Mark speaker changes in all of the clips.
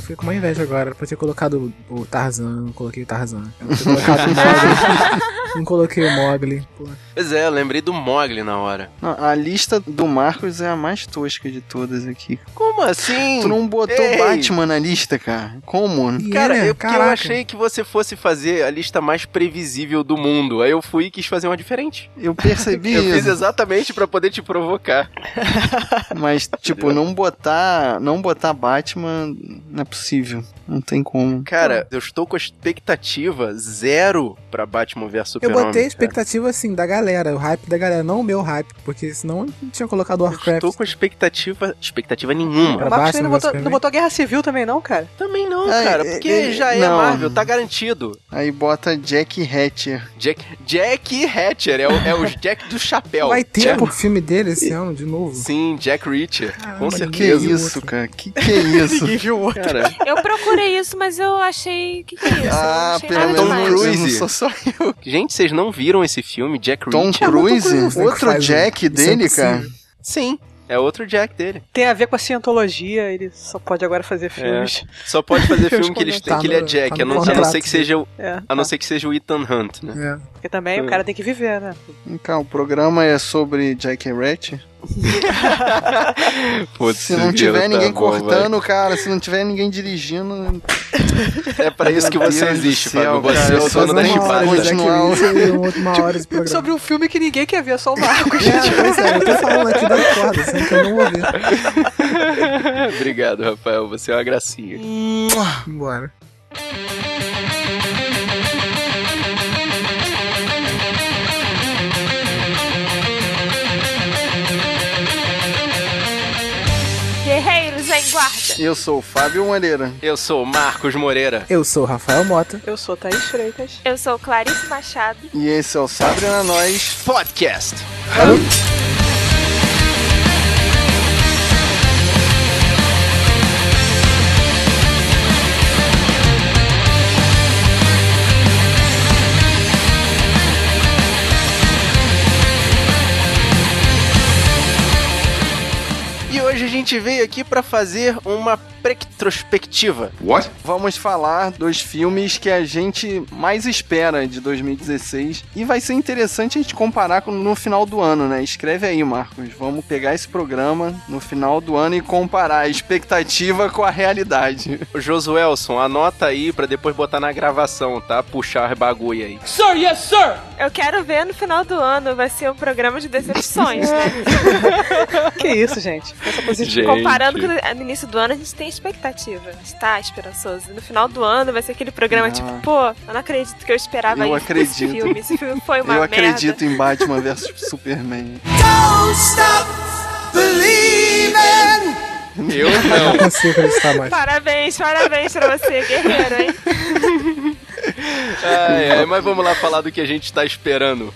Speaker 1: fiquei com uma inveja agora. Era pra ter colocado o o Tarzan, não coloquei o Tarzan. Era pra ter colocado o Mogli. não coloquei o Mogli. Pô.
Speaker 2: Pois é, eu lembrei do Mogli na hora.
Speaker 3: Não, a lista do Marcos é a mais tosca de todas aqui.
Speaker 2: Como assim?
Speaker 3: Tu não botou
Speaker 2: Ei!
Speaker 3: Batman na lista, cara? Como?
Speaker 1: E
Speaker 2: Cara,
Speaker 1: ele,
Speaker 2: eu, porque eu
Speaker 1: caraca.
Speaker 2: achei que você fosse fazer a lista mais previsível do mundo. Aí eu fui e quis fazer uma diferente.
Speaker 3: Eu percebi
Speaker 2: Eu fiz
Speaker 3: isso.
Speaker 2: exatamente pra poder te provocar.
Speaker 3: Mas, tipo, não botar, não botar Batman não é possível. Não tem como.
Speaker 2: Cara, eu estou com a expectativa zero pra Batman vs
Speaker 1: Eu
Speaker 2: Superman.
Speaker 1: botei a
Speaker 2: cara.
Speaker 1: expectativa assim da galera, o hype da galera, não o meu hype, porque senão eu não tinha colocado o
Speaker 2: Eu
Speaker 1: Warcraft.
Speaker 2: estou com expectativa, expectativa nenhuma.
Speaker 1: Pra
Speaker 4: O
Speaker 1: baixo,
Speaker 4: Marcos não
Speaker 1: né,
Speaker 4: botou,
Speaker 1: Superman?
Speaker 4: não botou Guerra Civil também, não, cara?
Speaker 2: Também não,
Speaker 3: É,
Speaker 2: cara,
Speaker 3: é,
Speaker 2: porque
Speaker 3: é,
Speaker 2: já é
Speaker 3: não.
Speaker 2: Marvel, tá garantido.
Speaker 3: Aí bota Jack Hatcher.
Speaker 2: Jack, Jack Hatcher, é, o, é os Jack do chapéu.
Speaker 1: Vai ter
Speaker 2: Jack,
Speaker 1: o filme dele esse ano de novo.
Speaker 2: Sim, Jack Reacher,
Speaker 1: Caramba,
Speaker 2: com
Speaker 1: ninguém
Speaker 3: Que
Speaker 2: certeza.
Speaker 1: Beleza,
Speaker 3: isso,
Speaker 1: outro.
Speaker 3: cara? Que que é isso?
Speaker 4: Ninguém viu o outro.
Speaker 2: Cara,
Speaker 5: Eu procurei isso, mas eu achei. que, que é isso? Eu não
Speaker 3: Ah,
Speaker 5: achei
Speaker 3: pelo
Speaker 5: nada
Speaker 2: Tom
Speaker 3: menos
Speaker 5: demais.
Speaker 2: Cruise.
Speaker 3: eu não sou só
Speaker 2: gente, vocês não viram esse filme, Jack
Speaker 3: Tom
Speaker 2: Reacher?
Speaker 3: Cruise?
Speaker 1: Cruise, né, que
Speaker 3: Outro
Speaker 1: faz o- Isso
Speaker 3: Jack
Speaker 1: é
Speaker 3: dele,
Speaker 1: impossível.
Speaker 3: cara?
Speaker 2: Sim, é outro Jack dele.
Speaker 4: Tem a ver com a cientologia, ele só pode agora
Speaker 3: É.
Speaker 4: fazer filmes.
Speaker 2: Só pode fazer
Speaker 4: Os
Speaker 2: filme que eles têm
Speaker 1: comentários.
Speaker 2: que ele é
Speaker 1: Tá no
Speaker 2: Jack, a não, a não
Speaker 1: contrato.
Speaker 2: ser que seja o,
Speaker 4: É.
Speaker 2: a não
Speaker 4: tá.
Speaker 2: ser que seja o Ethan Hunt, né?
Speaker 1: É.
Speaker 4: Porque também o cara tem que viver, né?
Speaker 3: Vem cá, o programa é sobre Jack Hatcher?
Speaker 2: Putz,
Speaker 3: Se não
Speaker 2: Guilherme,
Speaker 3: tiver
Speaker 2: tá
Speaker 3: ninguém
Speaker 2: bom,
Speaker 3: cortando, cara, se não tiver ninguém dirigindo,
Speaker 2: vai. É pra isso que
Speaker 3: Meu
Speaker 2: você
Speaker 3: Deus do
Speaker 2: existe, Fábio.
Speaker 3: céu,
Speaker 2: Você
Speaker 3: cara,
Speaker 2: é o
Speaker 3: eu sou
Speaker 2: dono
Speaker 1: Faz
Speaker 2: da
Speaker 3: das
Speaker 1: uma hora
Speaker 3: chibadas.
Speaker 1: de
Speaker 2: espada.
Speaker 1: Jack Reacher e uma hora de programa.
Speaker 4: Sobre um filme que ninguém quer ver, só o Marcos.
Speaker 1: É, pois é, eu tô falando aqui da corda, sendo que eu não vou ver.
Speaker 2: Obrigado, Rafael. Você é uma gracinha.
Speaker 1: Bora.
Speaker 5: Guerreiros em guarda.
Speaker 3: eu sou o Fábio Moreira.
Speaker 2: Eu sou o Marcos Moreira.
Speaker 1: Eu sou o Rafael Mota.
Speaker 4: Eu sou Thaís Freitas.
Speaker 5: Eu sou Clarice Machado.
Speaker 3: E esse é o Sabrina Nós.
Speaker 2: Podcast. E hoje a gente veio aqui pra fazer uma retrospectiva.
Speaker 3: Vamos falar dos filmes que a gente mais espera de 2016. E vai ser interessante a gente comparar com- no final do ano, né? Escreve aí, Marcos. Vamos pegar esse programa no final do ano e comparar a expectativa com a realidade.
Speaker 2: Ô, Josuelson, anota aí pra depois botar na gravação, tá? Puxar as bagulho aí.
Speaker 5: Eu quero ver no final do ano. Vai ser um programa de decepções. né?
Speaker 4: Que isso, gente? Pensa positivo.
Speaker 5: Comparando com o no início do ano, a gente tem expectativa. A gente tá esperançoso. No final do ano vai ser aquele programa
Speaker 3: Ah.
Speaker 5: tipo, pô, eu não acredito que eu esperava
Speaker 3: Eu
Speaker 5: isso
Speaker 3: acredito.
Speaker 5: desse filme. Esse filme foi uma
Speaker 3: Eu
Speaker 5: merda.
Speaker 3: acredito em Batman vs Superman.
Speaker 2: Eu
Speaker 1: Não
Speaker 2: não.
Speaker 1: consigo acreditar mais.
Speaker 5: Parabéns, parabéns pra você, guerreiro, hein?
Speaker 2: Ai, ai, mas vamos lá falar do que a gente tá esperando.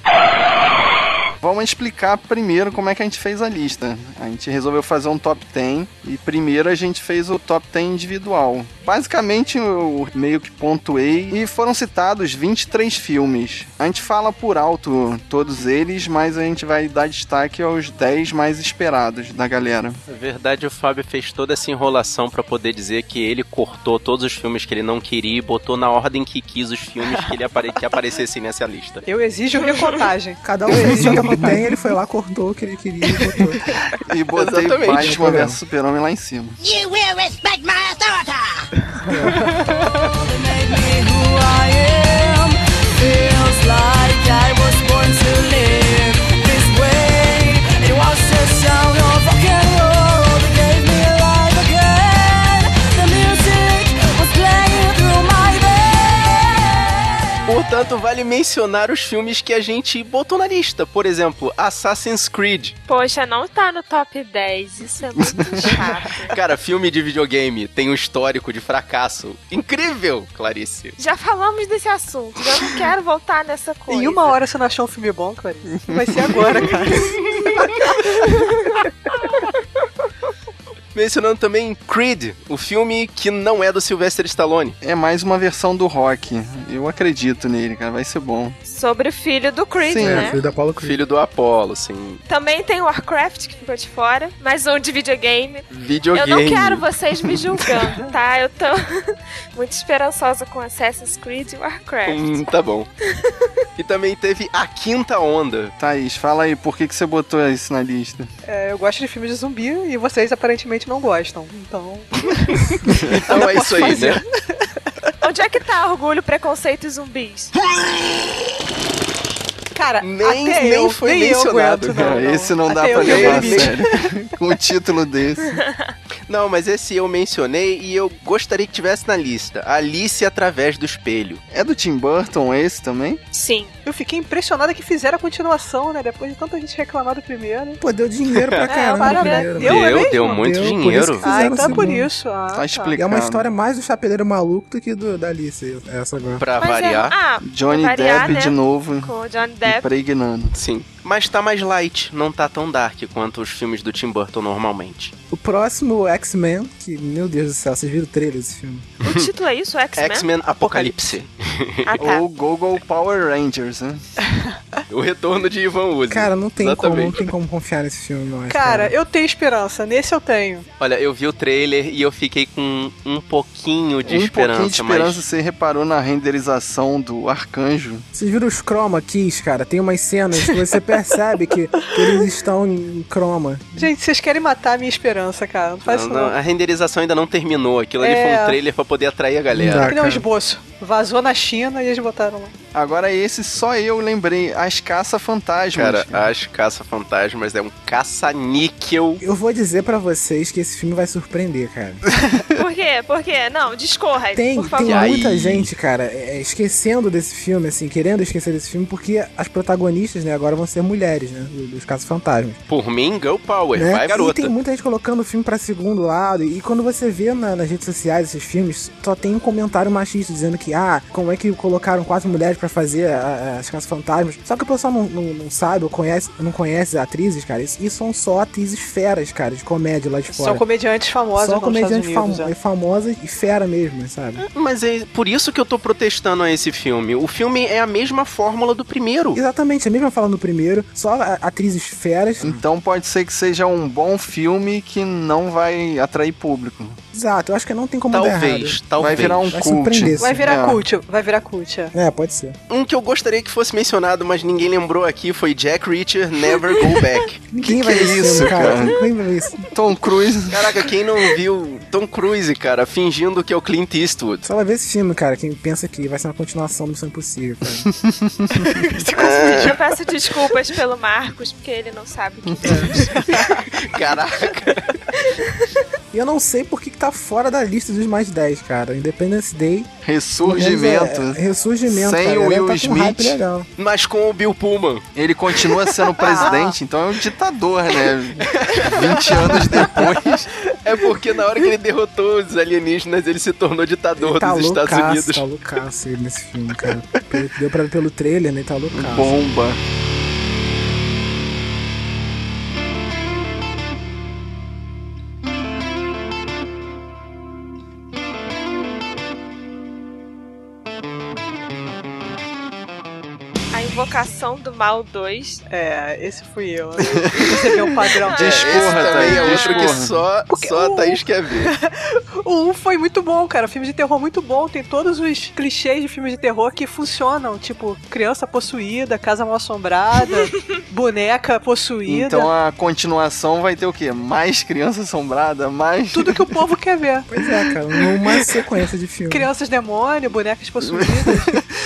Speaker 3: Vamos explicar primeiro como é que a gente fez a lista. A gente resolveu fazer um top 10 e primeiro a gente fez o top 10 individual. Basicamente eu meio que pontuei e foram citados 23 filmes. A gente fala por alto todos eles, mas a gente vai dar destaque aos 10 mais esperados da galera.
Speaker 2: Na verdade, o Fábio fez toda essa enrolação pra poder dizer que ele cortou todos os filmes que ele não queria e botou na ordem que quis os filmes que, ele apare que aparecessem nessa lista.
Speaker 4: Eu exijo recontagem.
Speaker 1: Cada um fez o que tem, ele foi lá, cortou o que ele queria e botou.
Speaker 3: E botei
Speaker 2: Exatamente.
Speaker 3: Batman vs Super-Homem lá em cima.
Speaker 6: You will respect my authority!
Speaker 2: Portanto, vale mencionar os filmes que a gente botou na lista. Por exemplo, Assassin's Creed.
Speaker 5: Poxa, não tá no top 10. Isso é muito chato.
Speaker 2: Cara, filme de videogame tem um histórico de fracasso. Incrível, Clarice.
Speaker 5: Já falamos desse assunto, eu não quero voltar nessa coisa.
Speaker 4: Em uma hora você não achou um filme bom, cara? Vai ser agora, cara.
Speaker 2: Mencionando também Creed, o filme que não é do Sylvester Stallone.
Speaker 3: É mais uma versão do rock. Eu acredito nele, cara. Vai ser bom.
Speaker 5: Sobre o filho do Creed,
Speaker 3: Sim,
Speaker 1: É,
Speaker 5: né?
Speaker 1: filho da Paulo Creed.
Speaker 2: Filho do Apollo, assim.
Speaker 5: Também tem o Warcraft que ficou de fora, mas um de videogame. Eu
Speaker 2: Videogame.
Speaker 5: não quero vocês me julgando, tá? Eu tô muito esperançosa com Assassin's Creed e Warcraft.
Speaker 2: Hum, tá bom. e também teve a quinta onda.
Speaker 3: Thaís, fala aí, por que, que você botou isso na lista?
Speaker 4: É, eu gosto de filmes de zumbi e vocês aparentemente não gostam. Então,
Speaker 2: Então é isso aí, né?
Speaker 5: Onde é que tá orgulho, preconceito e zumbis?
Speaker 4: cara,
Speaker 2: Nem-
Speaker 4: até
Speaker 2: nem
Speaker 4: eu,
Speaker 2: foi
Speaker 4: nem eu
Speaker 2: mencionado,
Speaker 4: aguento,
Speaker 2: cara.
Speaker 4: não, não.
Speaker 3: É, Esse não dá
Speaker 4: Até
Speaker 3: pra
Speaker 4: eu me
Speaker 3: levar a
Speaker 4: limito.
Speaker 3: sério. Com um título desse.
Speaker 2: Não, mas esse eu mencionei e eu gostaria que tivesse na lista. Alice através do espelho.
Speaker 3: É do Tim Burton esse também?
Speaker 5: Sim.
Speaker 4: Eu fiquei impressionada que fizeram a continuação, né? Depois de tanta gente reclamar do primeiro.
Speaker 1: Pô, deu dinheiro pra caramba.
Speaker 4: parabéns.
Speaker 1: primeiro.
Speaker 4: Deu, é mesmo?
Speaker 2: deu muito
Speaker 1: Deu, por
Speaker 2: dinheiro.
Speaker 1: isso que-
Speaker 4: Ah,
Speaker 1: Fizeram
Speaker 4: então é por
Speaker 1: segundo.
Speaker 4: isso. Ah,
Speaker 3: Tá
Speaker 4: tá.
Speaker 3: explicado.
Speaker 1: E é uma história mais do Chapeleiro Maluco do que do, da Alice, essa agora.
Speaker 2: Pra
Speaker 5: Mas é-
Speaker 2: variar.
Speaker 5: ah,
Speaker 3: Johnny
Speaker 5: variar,
Speaker 3: Depp
Speaker 5: né?
Speaker 3: de novo,
Speaker 5: com o Johnny Depp.
Speaker 3: impregnando.
Speaker 2: Sim. Mas tá mais light, não tá tão dark quanto os filmes do Tim Burton normalmente.
Speaker 1: O próximo X-Men, que, meu Deus do céu, vocês viram o trailer desse filme?
Speaker 5: O título é isso? X-Men?
Speaker 2: X-Men Apocalipse.
Speaker 5: Ah, tá.
Speaker 3: Ou Google Power Rangers, né?
Speaker 2: o retorno de Ivan Uzi.
Speaker 1: Cara, não tem, como, não
Speaker 2: Exatamente.
Speaker 1: tem como confiar nesse filme, não.
Speaker 4: Cara, eu tenho esperança. Nesse eu tenho.
Speaker 2: Olha, eu vi o trailer e eu fiquei com um pouquinho de
Speaker 3: um
Speaker 2: esperança,
Speaker 3: pouquinho de esperança,
Speaker 2: mas.
Speaker 3: você reparou na renderização do arcanjo.
Speaker 1: Vocês viram os chroma keys, cara? Tem umas cenas que você percebe que, que eles estão em chroma.
Speaker 4: Gente, vocês querem matar a minha esperança, cara. Não faz
Speaker 2: Não,
Speaker 4: isso
Speaker 2: não,
Speaker 4: não.
Speaker 2: a renderização ainda não terminou. Aquilo ali
Speaker 4: É.
Speaker 2: foi um trailer pra poder atrair a galera.
Speaker 1: Não dá.
Speaker 4: Que nem um
Speaker 1: Ah, cara.
Speaker 4: esboço. Vazou na China e eles botaram lá.
Speaker 3: Agora esse só eu lembrei, as caça-fantasmas.
Speaker 2: Cara, as caça-fantasmas é um caça-níquel.
Speaker 1: Eu vou dizer pra vocês que esse filme vai surpreender, cara.
Speaker 2: Oh.
Speaker 5: Por quê? Por quê? Não, discorra.
Speaker 1: Tem,
Speaker 5: por favor.
Speaker 1: tem
Speaker 2: Aí.
Speaker 1: muita gente, cara, é, esquecendo desse filme, assim, querendo esquecer desse filme, porque as protagonistas, né, agora vão ser mulheres, né? do- Dos casos fantasmas.
Speaker 2: Por mim, Girl Power.
Speaker 1: né?
Speaker 2: Vai,
Speaker 1: E tem
Speaker 2: garota.
Speaker 1: muita gente colocando o filme pra segundo lado. E quando você vê na- nas redes sociais esses filmes, só tem um comentário machista dizendo que, ah, como é que colocaram quatro mulheres pra fazer a- a- as Casas Fantasmas. Só que o pessoal não, não- não sabe ou conhece, não conhece as atrizes, cara. Isso, isso são só atrizes feras, cara, de comédia lá de fora.
Speaker 4: São comediantes famosos
Speaker 1: só
Speaker 4: nos
Speaker 1: comediante
Speaker 4: Estados Unidos.
Speaker 1: famo-
Speaker 4: é.
Speaker 1: famosa e fera mesmo, sabe?
Speaker 2: Mas é por isso que eu tô protestando a esse filme. O filme é a mesma fórmula do primeiro.
Speaker 1: Exatamente, é a mesma fala no primeiro, só a- atrizes feras.
Speaker 3: Então pode ser que seja um bom filme que não vai atrair público.
Speaker 1: Exato, eu acho que não tem como dar errado.
Speaker 2: Talvez, talvez.
Speaker 3: Vai virar um
Speaker 1: Vai
Speaker 3: cult.
Speaker 1: surpreender.
Speaker 4: Vai virar
Speaker 3: É.
Speaker 4: cult. Vai virar cult, é.
Speaker 1: É, pode ser.
Speaker 2: Um que eu gostaria que fosse mencionado, mas ninguém lembrou aqui, foi Jack Reacher Never Go Back.
Speaker 1: Ninguém
Speaker 3: que
Speaker 1: vai
Speaker 3: é
Speaker 1: ver esse filme,
Speaker 3: isso, cara?
Speaker 1: Ninguém vai ver isso.
Speaker 3: Tom Cruise.
Speaker 2: Caraca, quem não viu Tom Cruise, cara, fingindo que é o Clint Eastwood?
Speaker 1: Só vai ver esse filme, cara, quem pensa que vai ser uma continuação do Missão Impossível, cara.
Speaker 5: Eu peço desculpas pelo Marcos, porque ele não sabe o que
Speaker 2: Caraca.
Speaker 1: e eu não sei por que, que tá fora da lista dos mais 10, cara. Independence Day.
Speaker 3: Ressurgimento.
Speaker 1: É, é, ressurgimento,
Speaker 3: Sem
Speaker 1: cara.
Speaker 3: o
Speaker 1: Ela
Speaker 3: Will
Speaker 1: tá com um hype
Speaker 3: Smith.
Speaker 1: legal.
Speaker 2: Mas com o Bill Pullman.
Speaker 3: Ele continua sendo presidente, então é um ditador, né? 20 anos depois.
Speaker 2: É porque na hora que ele derrotou os alienígenas, ele se tornou ditador
Speaker 1: tá
Speaker 2: dos Estados
Speaker 1: loucaço,
Speaker 2: Unidos.
Speaker 1: tá loucaço ele nesse filme, cara. Pelo- Deu pra ver pelo trailer, né? Tá loucaço.
Speaker 3: Bomba.
Speaker 5: A Invocação do Mal 2.
Speaker 4: É, esse fui eu. né? Você vê o padrão.
Speaker 3: Discorra,
Speaker 2: Esse também é
Speaker 3: Thaís,
Speaker 2: outro que
Speaker 3: discorra.
Speaker 2: só,
Speaker 4: Porque
Speaker 2: só a
Speaker 4: o-
Speaker 2: Thaís quer ver.
Speaker 4: O 1 foi muito bom, cara. Filme de terror muito bom. Tem todos os clichês de filmes de terror que funcionam. Tipo, criança possuída, casa mal assombrada, boneca possuída.
Speaker 3: Então a continuação vai ter o quê? Mais criança assombrada, mais.
Speaker 4: Tudo que o povo quer ver.
Speaker 1: Pois é, cara. Uma sequência de filme.
Speaker 4: Crianças demônio, bonecas possuídas,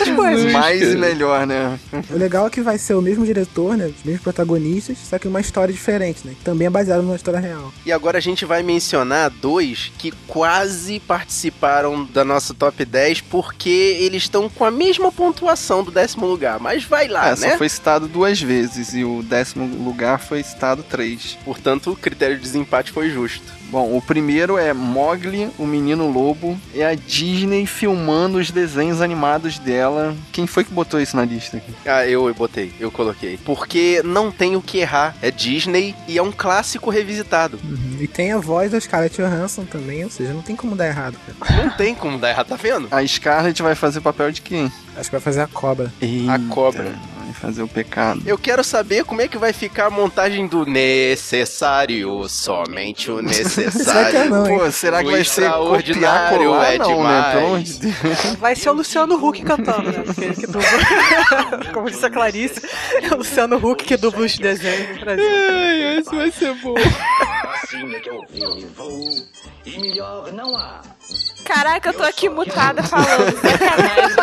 Speaker 4: as coisas.
Speaker 3: Mais
Speaker 2: cara.
Speaker 3: e melhor, né?
Speaker 1: O legal é que vai ser o mesmo diretor, né? Os mesmos protagonistas, só que uma história diferente, né? Que também é baseada numa história real.
Speaker 2: E agora a gente vai mencionar dois que quase participaram da nossa top 10, porque eles estão com a mesma pontuação do décimo lugar. Mas vai lá,
Speaker 3: Ah,
Speaker 2: né?
Speaker 3: só foi citado duas vezes e o décimo lugar foi citado três.
Speaker 2: Portanto, o critério de desempate foi justo.
Speaker 3: Bom, o primeiro é Mogli, o Menino Lobo. É a Disney filmando os desenhos animados dela. Quem foi que botou isso na lista? aqui?
Speaker 2: Ah, eu botei, eu coloquei. Porque não tem o que errar. É Disney e é um clássico revisitado.
Speaker 1: Uhum, E tem a voz da Scarlett Johansson também, ou seja, não tem como dar errado, cara.
Speaker 2: Não tem como dar errado, tá vendo?
Speaker 3: A Scarlett vai fazer papel de quem?
Speaker 1: Acho que vai fazer a cobra.
Speaker 2: A cobra.
Speaker 3: Vai fazer o pecado.
Speaker 2: Eu quero saber como é que vai ficar a montagem do necessário, somente o
Speaker 1: Será que é
Speaker 2: necessário.
Speaker 1: não, hein?
Speaker 3: Pô, será que
Speaker 2: O
Speaker 3: vai ser copiar,
Speaker 2: extraordinário
Speaker 3: colar?
Speaker 2: é
Speaker 3: não, né?
Speaker 2: demais.
Speaker 3: Pelo amor de Deus.
Speaker 4: Vai ser o Luciano Huck cantando, né? Porque ele que dubla. Como disse a Clarice, é o Luciano Huck que dubla os desenhos no Brasil.
Speaker 2: Esse vai ser bom.
Speaker 7: Assim eu vivo e melhor não há.
Speaker 5: Caraca, eu tô aqui mutada falando. Sacanagem.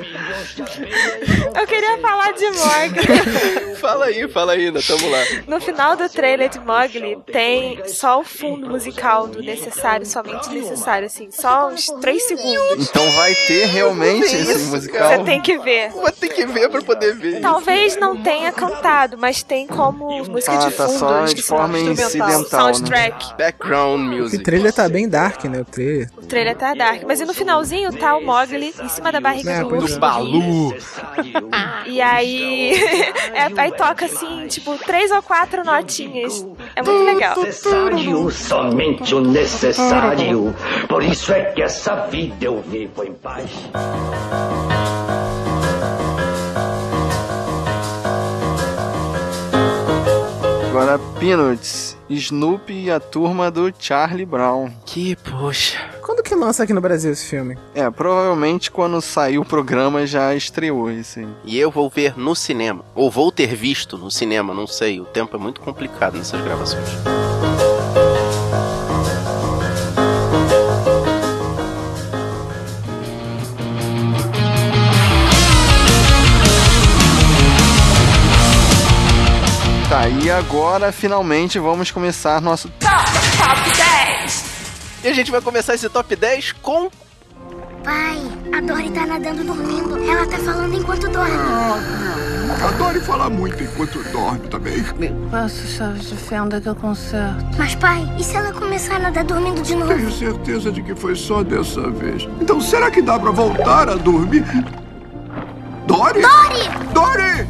Speaker 7: Milhões de abelhas não
Speaker 5: Eu queria falar de Mogli.
Speaker 2: Fala aí, fala aí, ainda tamo lá.
Speaker 5: No final do trailer de Mogli tem só o fundo musical do necessário, somente necessário, assim, só uns 3 segundos.
Speaker 3: Então vai ter realmente esse musical?
Speaker 5: Você tem que ver.
Speaker 2: Vou ter que ver pra poder ver.
Speaker 5: Talvez não tenha cantado, mas tem como música
Speaker 3: Ah,
Speaker 5: de
Speaker 3: tá
Speaker 5: fundo.
Speaker 3: só de
Speaker 5: esqueci o nome,
Speaker 3: forma
Speaker 5: instrumental.
Speaker 3: incidental, né?
Speaker 5: Soundtrack.
Speaker 2: Background
Speaker 1: Esse
Speaker 2: music.
Speaker 1: trailer tá bem dark, né? O trailer.
Speaker 5: O trailer tá dark. Mas e no finalzinho tá o Mogli em cima da barriga
Speaker 1: É,
Speaker 5: do
Speaker 1: pois
Speaker 5: urso.
Speaker 1: é.
Speaker 2: Balu.
Speaker 7: necessário.
Speaker 5: E aí. é, aí toca assim, tipo, três ou quatro notinhas. É muito legal.
Speaker 7: Necessário, somente o necessário. Por isso é que essa vida eu vivo em paz.
Speaker 3: Agora, Peanuts, Snoopy e a turma do Charlie Brown.
Speaker 2: Que poxa.
Speaker 1: Quando que lança aqui no Brasil esse filme?
Speaker 3: É, provavelmente quando sair o programa já estreou esse aí.
Speaker 2: E eu vou ver no cinema. Ou vou ter visto no cinema, não sei. O tempo é muito complicado nessas gravações.
Speaker 3: Tá, e agora finalmente vamos começar nosso.
Speaker 2: E a gente vai começar esse top 10 com.
Speaker 8: Pai, a Dory tá nadando dormindo. Ela tá falando enquanto dorme.
Speaker 9: Adoro falar muito enquanto dorme também.
Speaker 10: Passo chaves de fenda que eu conserto.
Speaker 8: Mas, pai, e se ela começar a nadar dormindo de novo?
Speaker 9: Tenho certeza de que foi só dessa vez. Então será que dá pra voltar a dormir? Dory? Dory! Dory!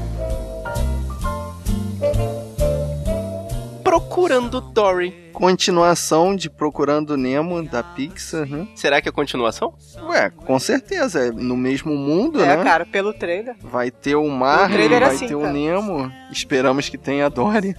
Speaker 2: Procurando Dory.
Speaker 3: Continuação de Procurando Nemo da Pixar, né?
Speaker 2: Será que é continuação?
Speaker 3: Ué, com certeza, é no mesmo mundo,
Speaker 4: É,
Speaker 3: né?
Speaker 4: cara, pelo trailer.
Speaker 3: Vai ter o mar,
Speaker 4: O trailer é
Speaker 3: vai
Speaker 4: assim,
Speaker 3: ter o
Speaker 4: cara.
Speaker 3: Nemo. Esperamos que tenha a Dory.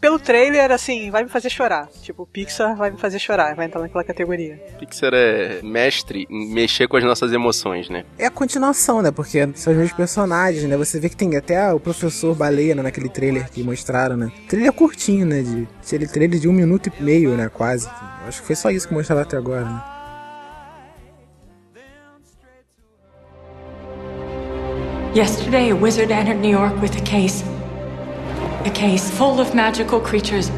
Speaker 4: Pelo trailer, assim, vai me fazer chorar. Tipo, o Pixar vai me fazer chorar, vai entrar naquela categoria.
Speaker 2: Pixar é mestre em mexer com as nossas emoções, né?
Speaker 1: É a continuação, né? Porque são os mesmos personagens, né? Você vê que tem até o professor baleia né, naquele trailer que mostraram, né? Trailer curtinho, né? De, aquele trailer de um minuto e meio, né? Quase. Acho que foi só isso que mostraram até agora, né?
Speaker 10: Yesterday, a wizard entered New York with a case. A case full of magical creatures,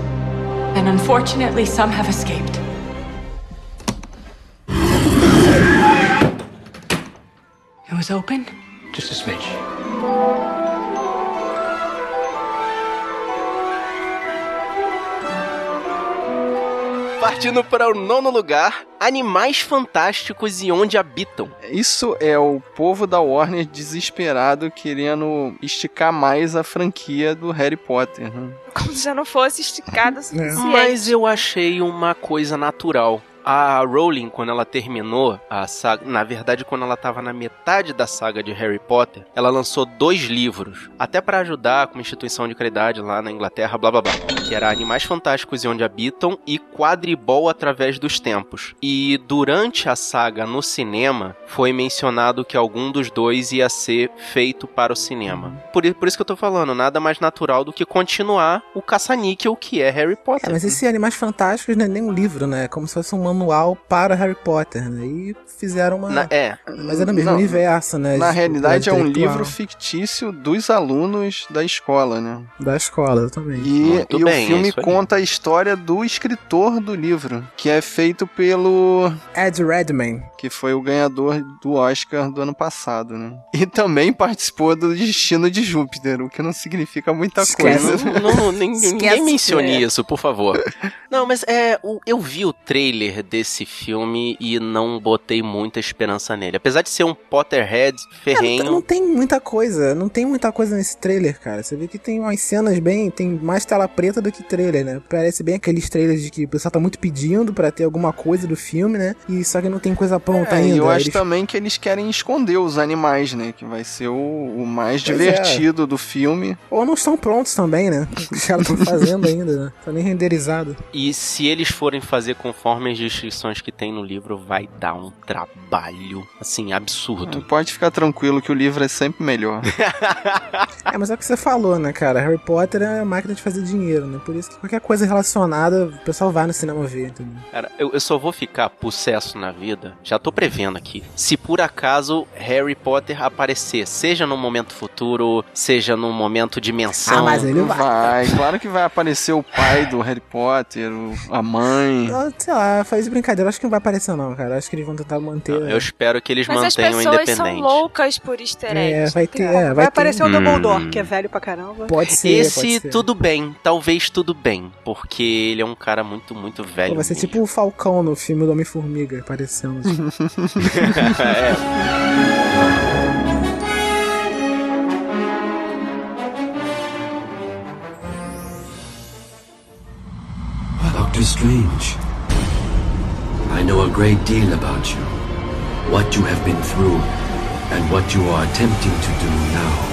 Speaker 10: and unfortunately, some have escaped. It was open.
Speaker 7: Just a smidge.
Speaker 2: Partindo para o nono lugar, Animais Fantásticos e Onde Habitam.
Speaker 3: Isso é o povo da Warner desesperado querendo esticar mais a franquia do Harry Potter. Né?
Speaker 5: Como se já não fosse esticado
Speaker 1: É.
Speaker 5: o suficiente.
Speaker 2: Mas eu achei uma coisa natural. A Rowling, quando ela terminou a saga, na verdade, quando ela tava na metade da saga de Harry Potter, ela lançou dois livros, até pra ajudar com uma instituição de caridade lá na Inglaterra, blá blá blá, que era Animais Fantásticos e Onde Habitam e Quadribol Através dos Tempos. E durante a saga no cinema, foi mencionado que algum dos dois ia ser feito para o cinema.
Speaker 1: Uhum.
Speaker 2: Por, i- por isso que eu tô falando, nada mais natural do que continuar o caça-níquel que é Harry Potter.
Speaker 1: É, mas esse Animais Fantásticos não é nem um livro, né? É como se fosse um manual para Harry Potter, né? E fizeram uma.
Speaker 2: Na- é,
Speaker 1: Mas é no mesmo
Speaker 3: Não,
Speaker 1: universo, né?
Speaker 3: Na
Speaker 1: Tipo,
Speaker 3: realidade é um
Speaker 1: intelectual
Speaker 3: livro fictício dos alunos da escola, né?
Speaker 1: Da escola também.
Speaker 3: E,
Speaker 2: Muito
Speaker 3: e
Speaker 2: bem, é
Speaker 3: o filme
Speaker 2: isso aí.
Speaker 3: conta a história do escritor do livro, que é feito pelo
Speaker 1: Ed Redman.
Speaker 3: que foi o ganhador do Oscar do ano passado, né? E também participou do Destino de Júpiter, o que não significa muita
Speaker 1: Esquece.
Speaker 3: coisa.
Speaker 2: Não, não, nem-
Speaker 1: é,
Speaker 2: ninguém
Speaker 1: Esquece. É.
Speaker 2: mencione isso, por favor. Não, mas é. o- Eu vi o trailer desse filme e não botei muita esperança nele. Apesar de ser um Potterhead ferrenho.
Speaker 1: É, Não tem muita coisa, não tem muita coisa nesse trailer, cara. Você vê que tem umas cenas bem. Tem mais tela preta do que trailer, né? Parece bem aqueles trailers de que o pessoal tá muito pedindo pra ter alguma coisa do filme, né? E só que não tem coisa pronta
Speaker 3: É, e
Speaker 1: ainda.
Speaker 3: eu acho
Speaker 1: Eles-
Speaker 3: também que eles querem esconder os animais, né? Que vai ser o, o mais
Speaker 1: Pois é.
Speaker 3: divertido do filme.
Speaker 1: Ou não estão prontos também, né? Os caras estão fazendo ainda, né? Tá nem renderizado.
Speaker 2: E se eles forem fazer conforme as descrições que tem no livro, vai dar um trabalho, assim,
Speaker 1: Hum.
Speaker 2: absurdo.
Speaker 3: Pode ficar tranquilo que o livro é sempre melhor.
Speaker 1: É, mas é o que você falou, né, cara? Harry Potter é a máquina de fazer dinheiro, né? Por isso que qualquer coisa relacionada, o pessoal vai no cinema ver, entendeu?
Speaker 2: Cara, eu, eu só vou ficar possesso na vida, já tô prevendo aqui. Se por acaso Harry Potter aparecer, seja num momento futuro, seja num momento de menção.
Speaker 1: Ah,
Speaker 3: vai. Claro que vai aparecer o pai do Harry Potter, o- a mãe.
Speaker 1: Eu, sei lá, faz brincadeira. Acho que não vai aparecer, não, cara. Acho que eles vão tentar manter.
Speaker 2: Eu espero que eles
Speaker 5: Mas as
Speaker 2: mantenham
Speaker 5: pessoas são
Speaker 2: independente.
Speaker 5: loucas por easter
Speaker 1: É,
Speaker 5: eggs.
Speaker 1: vai ter. é, vai,
Speaker 4: Vai
Speaker 1: ter-
Speaker 4: aparecer o
Speaker 2: Hum.
Speaker 4: Dumbledore, que é velho pra caramba.
Speaker 1: Pode ser.
Speaker 2: Esse
Speaker 1: pode ser.
Speaker 2: tudo bem, talvez tudo bem, porque ele é um cara muito, muito velho. Uhum.
Speaker 1: Pô, vai ser tipo o Falcão no filme do Homem-Formiga aparecendo.
Speaker 2: É.
Speaker 11: Doctor Strange, I know a great deal about you, what you have been through, and what you are attempting to do now.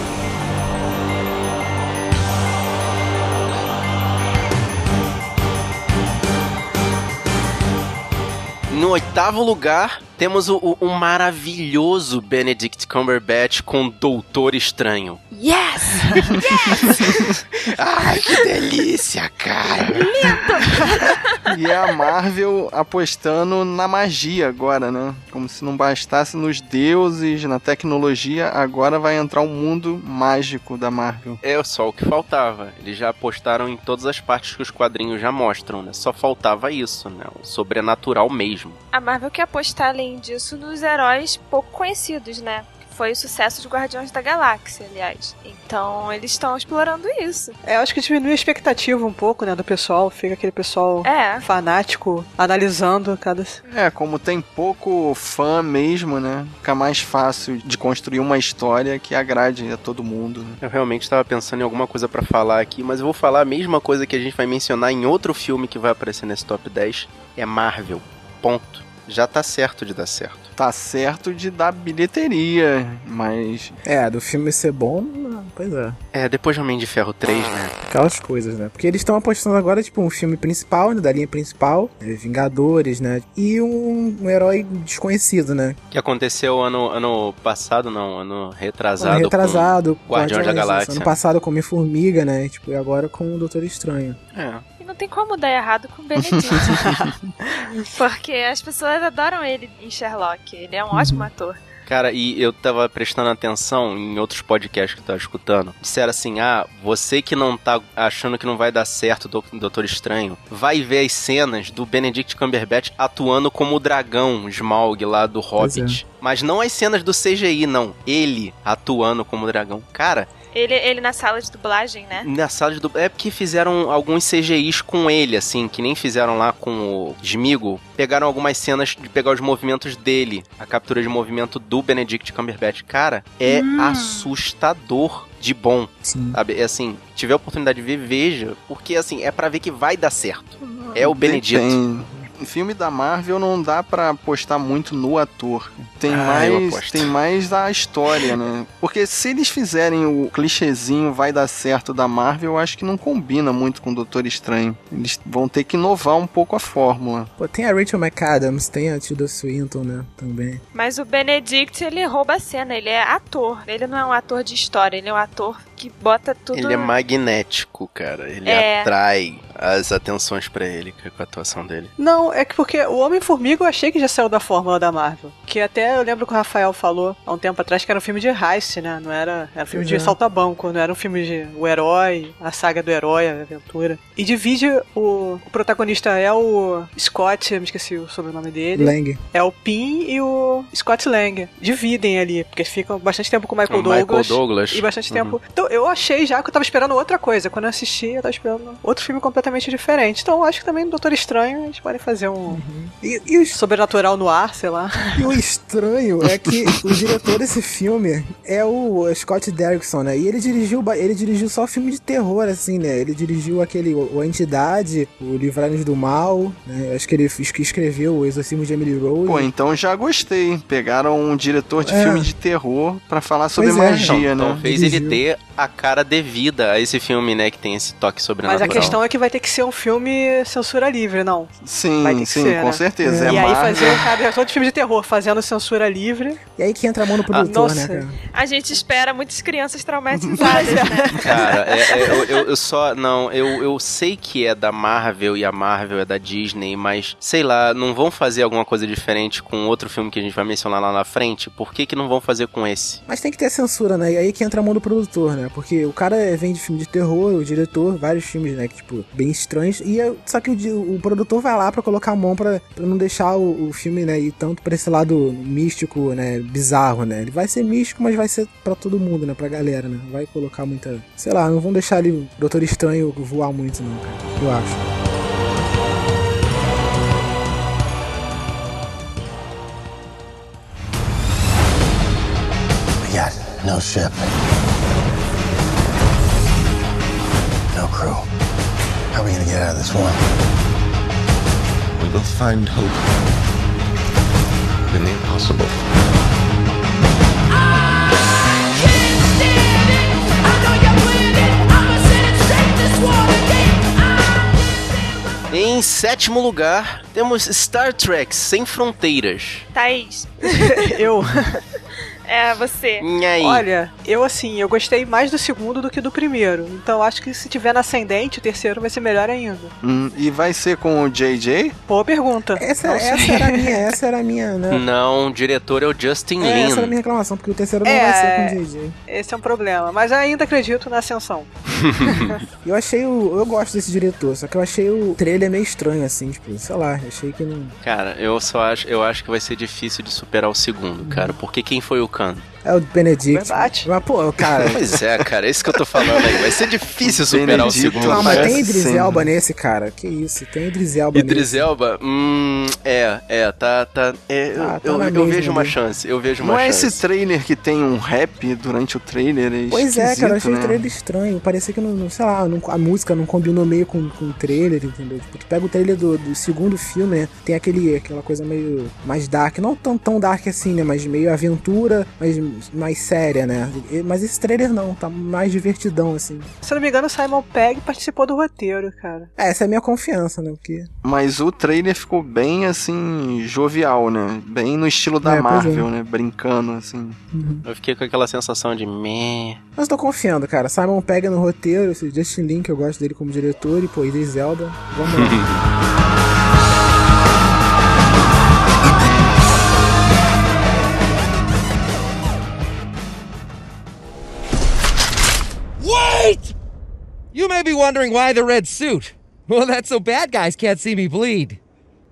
Speaker 2: No oitavo lugar, temos o, o- o maravilhoso Benedict Cumberbatch com Doutor Estranho.
Speaker 5: Yes!
Speaker 2: Ai, que delícia, cara!
Speaker 3: E é a Marvel apostando na magia agora, né? Como se não bastasse nos deuses, na tecnologia, agora vai entrar o mundo mágico da Marvel.
Speaker 2: É só o que faltava. Eles já apostaram em todas as partes que os quadrinhos já mostram, né? Só faltava isso, né? O sobrenatural mesmo.
Speaker 5: A Marvel quer apostar, além disso, nos heróis pouco conhecidos, né? Foi o sucesso de Guardiões da Galáxia, aliás. Então, eles estão explorando isso.
Speaker 4: É, eu acho que diminui a expectativa um pouco, né, do pessoal. Fica aquele pessoal
Speaker 5: É.
Speaker 4: fanático analisando cada.
Speaker 3: É, como tem pouco fã mesmo, né? Fica mais fácil de construir uma história que agrade a todo mundo. né?
Speaker 2: Eu realmente estava pensando em alguma coisa pra falar aqui, mas eu vou falar a mesma coisa que a gente vai mencionar em outro filme que vai aparecer nesse top 10. É Marvel. Ponto. Já tá certo de dar certo.
Speaker 3: Tá certo de dar bilheteria, mas.
Speaker 1: É, do filme ser bom, não, pois é.
Speaker 2: É, depois de Homem de Ferro 3, né?
Speaker 1: Aquelas coisas, né? Porque eles estão apostando agora, tipo, um filme principal, né, da linha principal, né, Vingadores, né? E um, um herói desconhecido, né?
Speaker 2: Que aconteceu ano, ano passado, não, ano retrasado.
Speaker 1: Um
Speaker 2: com
Speaker 1: retrasado. né?
Speaker 2: Guardiões da Galáxia.
Speaker 1: Ano passado com Homem-Formiga, né? E, tipo, e agora com o Doutor Estranho.
Speaker 2: É.
Speaker 5: E não tem como dar errado com o Benedict. Porque as pessoas adoram ele em Sherlock. Ele é um
Speaker 1: Uhum.
Speaker 5: ótimo ator.
Speaker 2: Cara, e eu tava prestando atenção em outros podcasts que eu tava escutando. Disseram assim: ah, você que não tá achando que não vai dar certo do Doutor Estranho, vai ver as cenas do Benedict Cumberbatch atuando como o dragão Smaug lá do Hobbit. Mas não as cenas do CGI, não. Ele atuando como dragão. Cara,
Speaker 5: Ele, ele na sala de dublagem, né?
Speaker 2: Na sala de dublagem. É porque fizeram alguns CGIs com ele, assim, que nem fizeram lá com o Smigo. Pegaram algumas cenas de pegar os movimentos dele, a captura de movimento do Benedict Cumberbatch. Cara, é
Speaker 4: Hum.
Speaker 2: assustador de bom.
Speaker 1: Sim.
Speaker 2: Sabe? É assim, tiver a oportunidade de ver, veja. Porque, assim, é pra ver que vai dar certo. É o Benedito.
Speaker 3: Tem. Filme da Marvel não dá pra apostar muito no ator. Tem
Speaker 2: Ah, eu
Speaker 3: mais,
Speaker 2: aposto.
Speaker 3: tem mais da história, né? Porque se eles fizerem o clichêzinho vai dar certo da Marvel, eu acho que não combina muito com o Doutor Estranho. Eles vão ter que inovar um pouco a fórmula.
Speaker 1: Pô, tem a Rachel McAdams, tem a Tilda Swinton, né? Também.
Speaker 5: Mas o Benedict, ele rouba a cena. Ele é ator. Ele não é um ator de história. Ele é um ator que bota tudo...
Speaker 2: Ele é magnético, cara. Ele
Speaker 5: É.
Speaker 2: atrai as atenções pra ele com a atuação dele.
Speaker 4: Não, é que porque o Homem-Formiga eu achei que já saiu da fórmula da Marvel. Que até eu lembro que o Rafael falou há um tempo atrás que era um filme de heist, né? Não era. Era um filme
Speaker 1: Pois
Speaker 4: de
Speaker 1: é.
Speaker 4: saltabanco, não era um filme de o herói, a saga do herói, a aventura. E divide o, o protagonista é o Scott, eu me esqueci o sobrenome dele.
Speaker 1: Lang.
Speaker 4: É o Pin e o Scott Lang. Dividem ali, porque ficam bastante tempo É com o Michael
Speaker 2: O Michael
Speaker 4: Douglas.
Speaker 2: Douglas.
Speaker 4: E bastante
Speaker 2: Uhum.
Speaker 4: tempo. Então eu achei já que eu tava esperando outra coisa. Quando eu assisti, eu tava esperando outro filme completamente diferente. Então eu acho que também no Doutor Estranho eles podem fazer um sobrenatural no ar, sei lá.
Speaker 1: E o estranho é que o diretor desse filme é o Scott Derrickson, né? E ele dirigiu, ba- ele dirigiu só filme de terror, assim, né? Ele dirigiu aquele O o Entidade, o Livrar-nos do Mal, né? Acho que ele es- que escreveu o Exorcismo de Emily Rose.
Speaker 3: Pô, então já gostei. Pegaram um diretor de
Speaker 1: É.
Speaker 3: filme de terror pra falar sobre
Speaker 1: Pois é.
Speaker 3: magia, né?
Speaker 1: Então,
Speaker 2: Fez ele ter a cara devida a esse filme, né? Que tem esse toque sobrenatural.
Speaker 4: Mas a questão é que vai ter que ser um filme censura livre, não.
Speaker 3: Sim,
Speaker 4: Vai ter que
Speaker 3: sim,
Speaker 4: ser,
Speaker 3: com
Speaker 4: né?
Speaker 3: certeza. É
Speaker 4: e aí
Speaker 3: Marvel.
Speaker 4: fazer um cara todo de filme de terror fazendo censura livre.
Speaker 1: E aí que entra a mão no produtor, né, cara?
Speaker 5: A gente espera muitas crianças traumatizadas, né?
Speaker 2: Cara, é- é- eu, eu- eu só. Não, eu, eu sei que é da Marvel e a Marvel é da Disney, mas sei lá, não vão fazer alguma coisa diferente com outro filme que a gente vai mencionar lá na frente? Por que, que não vão fazer com esse?
Speaker 1: Mas tem que ter censura, né? E aí que entra a mão do produtor, né? Porque o cara é- vem de filme de terror, o diretor, vários filmes, né? Que, tipo, bem estranhos. E é- só que o, di- o produtor vai lá pra colocar a mão pra, pra não deixar o, o filme, né? Ir tanto pra esse lado místico, né? Bizarro, né? Ele vai ser místico, mas vai ser pra todo mundo, né? Pra galera, né? Vai colocar muita. Sei lá, não vão deixar ele, o Doutor Estranho, voar muito, não, cara. Eu acho.
Speaker 11: We got no ship. No crew. How are we gonna get out of this one? We will find hope in the impossible.
Speaker 2: Em sétimo lugar, temos Star Trek Sem Fronteiras.
Speaker 3: é.
Speaker 5: Thaís,
Speaker 4: eu.
Speaker 5: é você.
Speaker 4: Olha, eu assim, eu gostei mais do segundo do que do primeiro. Então acho que se tiver na ascendente, o terceiro vai ser melhor ainda.
Speaker 3: Hum, e vai ser com o JJ?
Speaker 4: Boa pergunta.
Speaker 1: Essa, é essa era a minha, essa era a minha, né?
Speaker 2: Não, o diretor é o Justin
Speaker 1: É, essa era a
Speaker 2: Lin.
Speaker 1: minha reclamação, porque o terceiro não vai ser com
Speaker 4: É,
Speaker 1: o DJ.
Speaker 4: esse é um problema. Mas ainda acredito na ascensão.
Speaker 1: Eu achei o. Eu gosto desse diretor, só que eu achei o trailer meio estranho, assim, tipo, sei lá, achei que não.
Speaker 2: Cara, eu só acho, eu acho que vai ser difícil de superar o segundo, cara. Porque quem foi o Khan?
Speaker 1: É o Benedict. Mas, pô, cara.
Speaker 2: Pois é, cara, é isso que eu tô falando aí. Vai ser difícil superar o
Speaker 3: Benedito,
Speaker 2: segundo.
Speaker 1: Não, mas
Speaker 2: cara.
Speaker 1: tem Idris Elba nesse, cara. Que isso, tem Idris Elba
Speaker 2: Idris é Elba? Hum, é, é, tá, tá. é, eu-
Speaker 1: Ah, tá
Speaker 2: eu
Speaker 1: na
Speaker 2: eu
Speaker 1: mesma,
Speaker 2: vejo uma
Speaker 1: né?
Speaker 2: chance, eu vejo uma
Speaker 3: Não é
Speaker 2: chance.
Speaker 3: esse trailer que tem um rap durante o trailer? É
Speaker 1: Pois é, cara, eu achei
Speaker 3: né?
Speaker 1: o trailer estranho. Parecia que, não, não- sei lá, não- a música não combinou meio com, com o trailer, entendeu? Tipo, tu pega o trailer do, do segundo filme, né? Tem aquele, aquela coisa meio mais dark. Não tão, tão dark assim, né? Mas meio aventura, mas mais séria, né? E- Mas esse trailer não, tá mais divertidão, assim.
Speaker 4: Se eu não me engano, o Simon Pegg participou do roteiro, cara.
Speaker 1: É, essa é a minha confiança, né? Porque
Speaker 3: Mas o trailer ficou bem assim, jovial, né? Bem no estilo da
Speaker 1: É, pois
Speaker 3: Marvel,
Speaker 1: é.
Speaker 3: né? Brincando, assim.
Speaker 2: Eu fiquei com aquela sensação de meh.
Speaker 1: Mas tô confiando, cara. Simon pega no roteiro, esse Justin Lin, que eu gosto dele como diretor, e pô, Idris Elba. Vamos lá.
Speaker 12: Wait! You may be wondering why the red suit. Well, that's so bad guys can't see me bleed.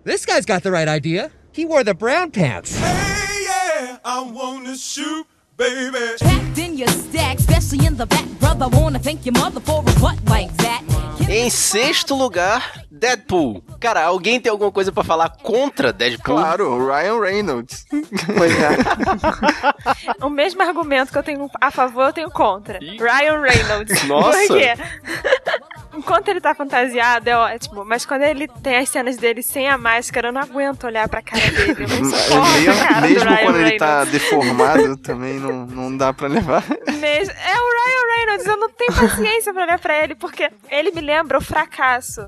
Speaker 12: This guy's got the right idea. He wore the brown pants.
Speaker 13: yeah, I wanna shoot, baby.
Speaker 14: Packed in your stack, especially in the back, brother. Wanna thank your mother for a butt like that.
Speaker 2: Em sexto lugar, Deadpool. Cara, alguém tem alguma coisa pra falar contra Deadpool?
Speaker 3: Claro, o Ryan Reynolds. é.
Speaker 5: O mesmo argumento que eu tenho a favor, eu tenho contra. Ryan Reynolds.
Speaker 2: Nossa.
Speaker 5: Por quê? Enquanto ele tá fantasiado, é ótimo. Mas quando ele tem as cenas dele sem a máscara, eu não aguento olhar pra cara dele. Eu não suporto a cara do
Speaker 3: mesmo
Speaker 5: Ryan
Speaker 3: quando ele
Speaker 5: Reynolds.
Speaker 3: tá deformado, também não, não dá pra levar.
Speaker 5: Mesmo- É o Ryan Reynolds, eu não tenho paciência pra olhar pra ele, porque ele me lembra o fracasso.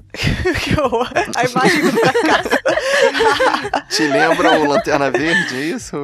Speaker 4: que horror. A imagem do fracasso.
Speaker 3: Te lembra o Lanterna Verde, é isso?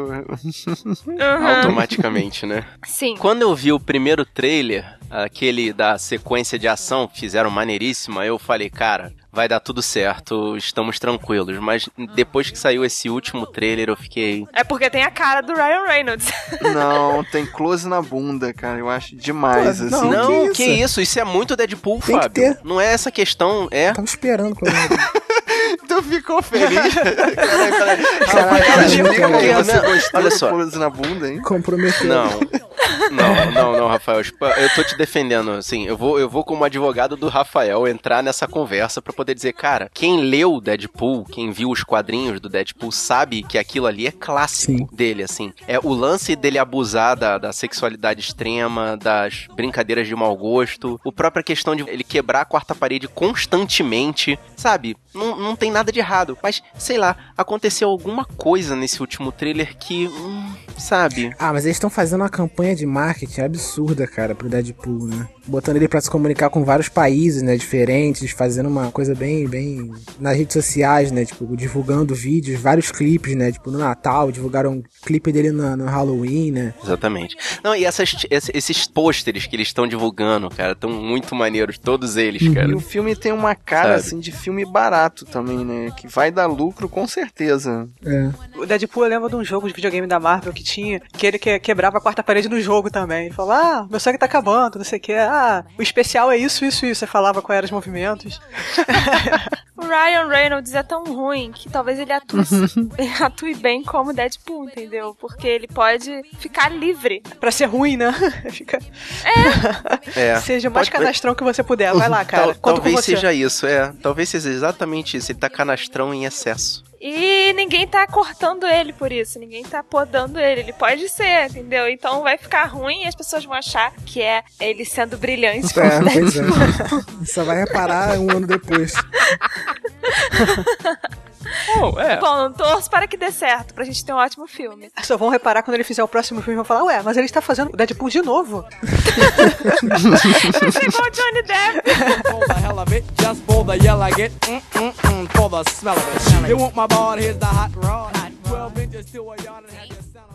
Speaker 2: Automaticamente, né?
Speaker 5: Sim.
Speaker 2: Quando eu vi o primeiro trailer, aquele da sequência de ação, que fizeram maneiríssima, eu falei, cara, vai dar tudo certo, estamos tranquilos. Mas depois que saiu esse último trailer, eu fiquei.
Speaker 5: É porque tem a cara do Ryan Reynolds.
Speaker 3: Não, tem close na bunda, cara. Eu acho
Speaker 1: Ah,
Speaker 3: demais,
Speaker 2: Pô,
Speaker 3: assim.
Speaker 2: não, Não, que que isso? isso? é muito Deadpool,
Speaker 3: Tem que
Speaker 2: Fábio.
Speaker 3: ter.
Speaker 2: Não é essa questão, é.
Speaker 1: Tava esperando quando
Speaker 3: Tu ficou feliz? Peraí, peraí.
Speaker 2: Caraca,
Speaker 3: Rapaz,
Speaker 2: eu
Speaker 3: explica
Speaker 2: quero-
Speaker 3: como você
Speaker 2: Não,
Speaker 3: gostou
Speaker 2: olha
Speaker 3: do
Speaker 2: só.
Speaker 3: close na bunda, é hein?
Speaker 1: comprometeu.
Speaker 2: Não. Não, não, não, Rafael. tipo, Eu tô te defendendo, assim. Eu vou, eu vou como advogado do Rafael entrar nessa conversa pra poder dizer, cara, quem leu Deadpool, quem viu os quadrinhos do Deadpool, sabe que aquilo ali é clássico dele, assim. É o lance dele abusar da, da sexualidade extrema, das brincadeiras de mau gosto, o própria questão de ele quebrar a quarta parede constantemente, sabe? Não, não tem nada de errado. Mas, sei lá, aconteceu alguma coisa nesse último trailer que. hum, sabe?
Speaker 1: Ah, mas eles estão fazendo uma campanha de marketing absurda, cara, pro Deadpool, né? Botando ele pra se comunicar com vários países, né, diferentes, fazendo uma coisa bem, bem nas redes sociais, né, tipo, divulgando vídeos, vários clipes, né, tipo, no Natal, divulgaram um clipe dele na- no Halloween, né?
Speaker 2: Exatamente. Não, e essas, esse- esses pôsteres que eles estão divulgando, cara, estão muito maneiros, todos eles,
Speaker 3: E
Speaker 2: cara.
Speaker 3: o filme tem uma cara,
Speaker 2: Sabe.
Speaker 3: assim, de filme barato também, né? Que vai dar lucro com certeza.
Speaker 4: O Deadpool eu lembro de um jogo de videogame da Marvel que tinha, que ele que- quebrava a quarta parede no jogo também. Ele falava, ah, meu sangue tá acabando, não sei o que. Ah, o especial é isso, isso, isso. Você falava quais eram os movimentos.
Speaker 5: O Ryan Reynolds é tão ruim que talvez ele atue, atue bem como Deadpool, entendeu? Porque ele pode ficar livre.
Speaker 4: Pra ser ruim, né? Fica...
Speaker 2: É.
Speaker 4: Seja o mais
Speaker 2: Pode-
Speaker 4: canastrão que você puder. Vai lá, cara.
Speaker 2: Tal-
Speaker 4: Conto
Speaker 2: talvez
Speaker 4: com você.
Speaker 2: seja isso, é. Talvez seja exatamente isso. Ele tá canastrão em excesso.
Speaker 5: E ninguém tá cortando ele por isso, ninguém tá podando ele. Ele pode ser, entendeu? Então vai ficar ruim e as pessoas vão achar que é ele sendo brilhante. como
Speaker 1: É, pois
Speaker 5: Deadpool.
Speaker 1: é. Só vai reparar um ano depois.
Speaker 5: Bom, não torço para que dê certo, pra gente ter um ótimo filme.
Speaker 4: Ah, Só vão reparar quando ele fizer o próximo filme e vão falar, ué, mas ele está fazendo o Deadpool de novo.
Speaker 5: Ele pegou o Johnny Depp.
Speaker 15: for the hell of it, just for the yell I get, mm mm mm, for the smell of it. You want my ball? Here's the hot rod. Twelve inches to a yard and had the sound.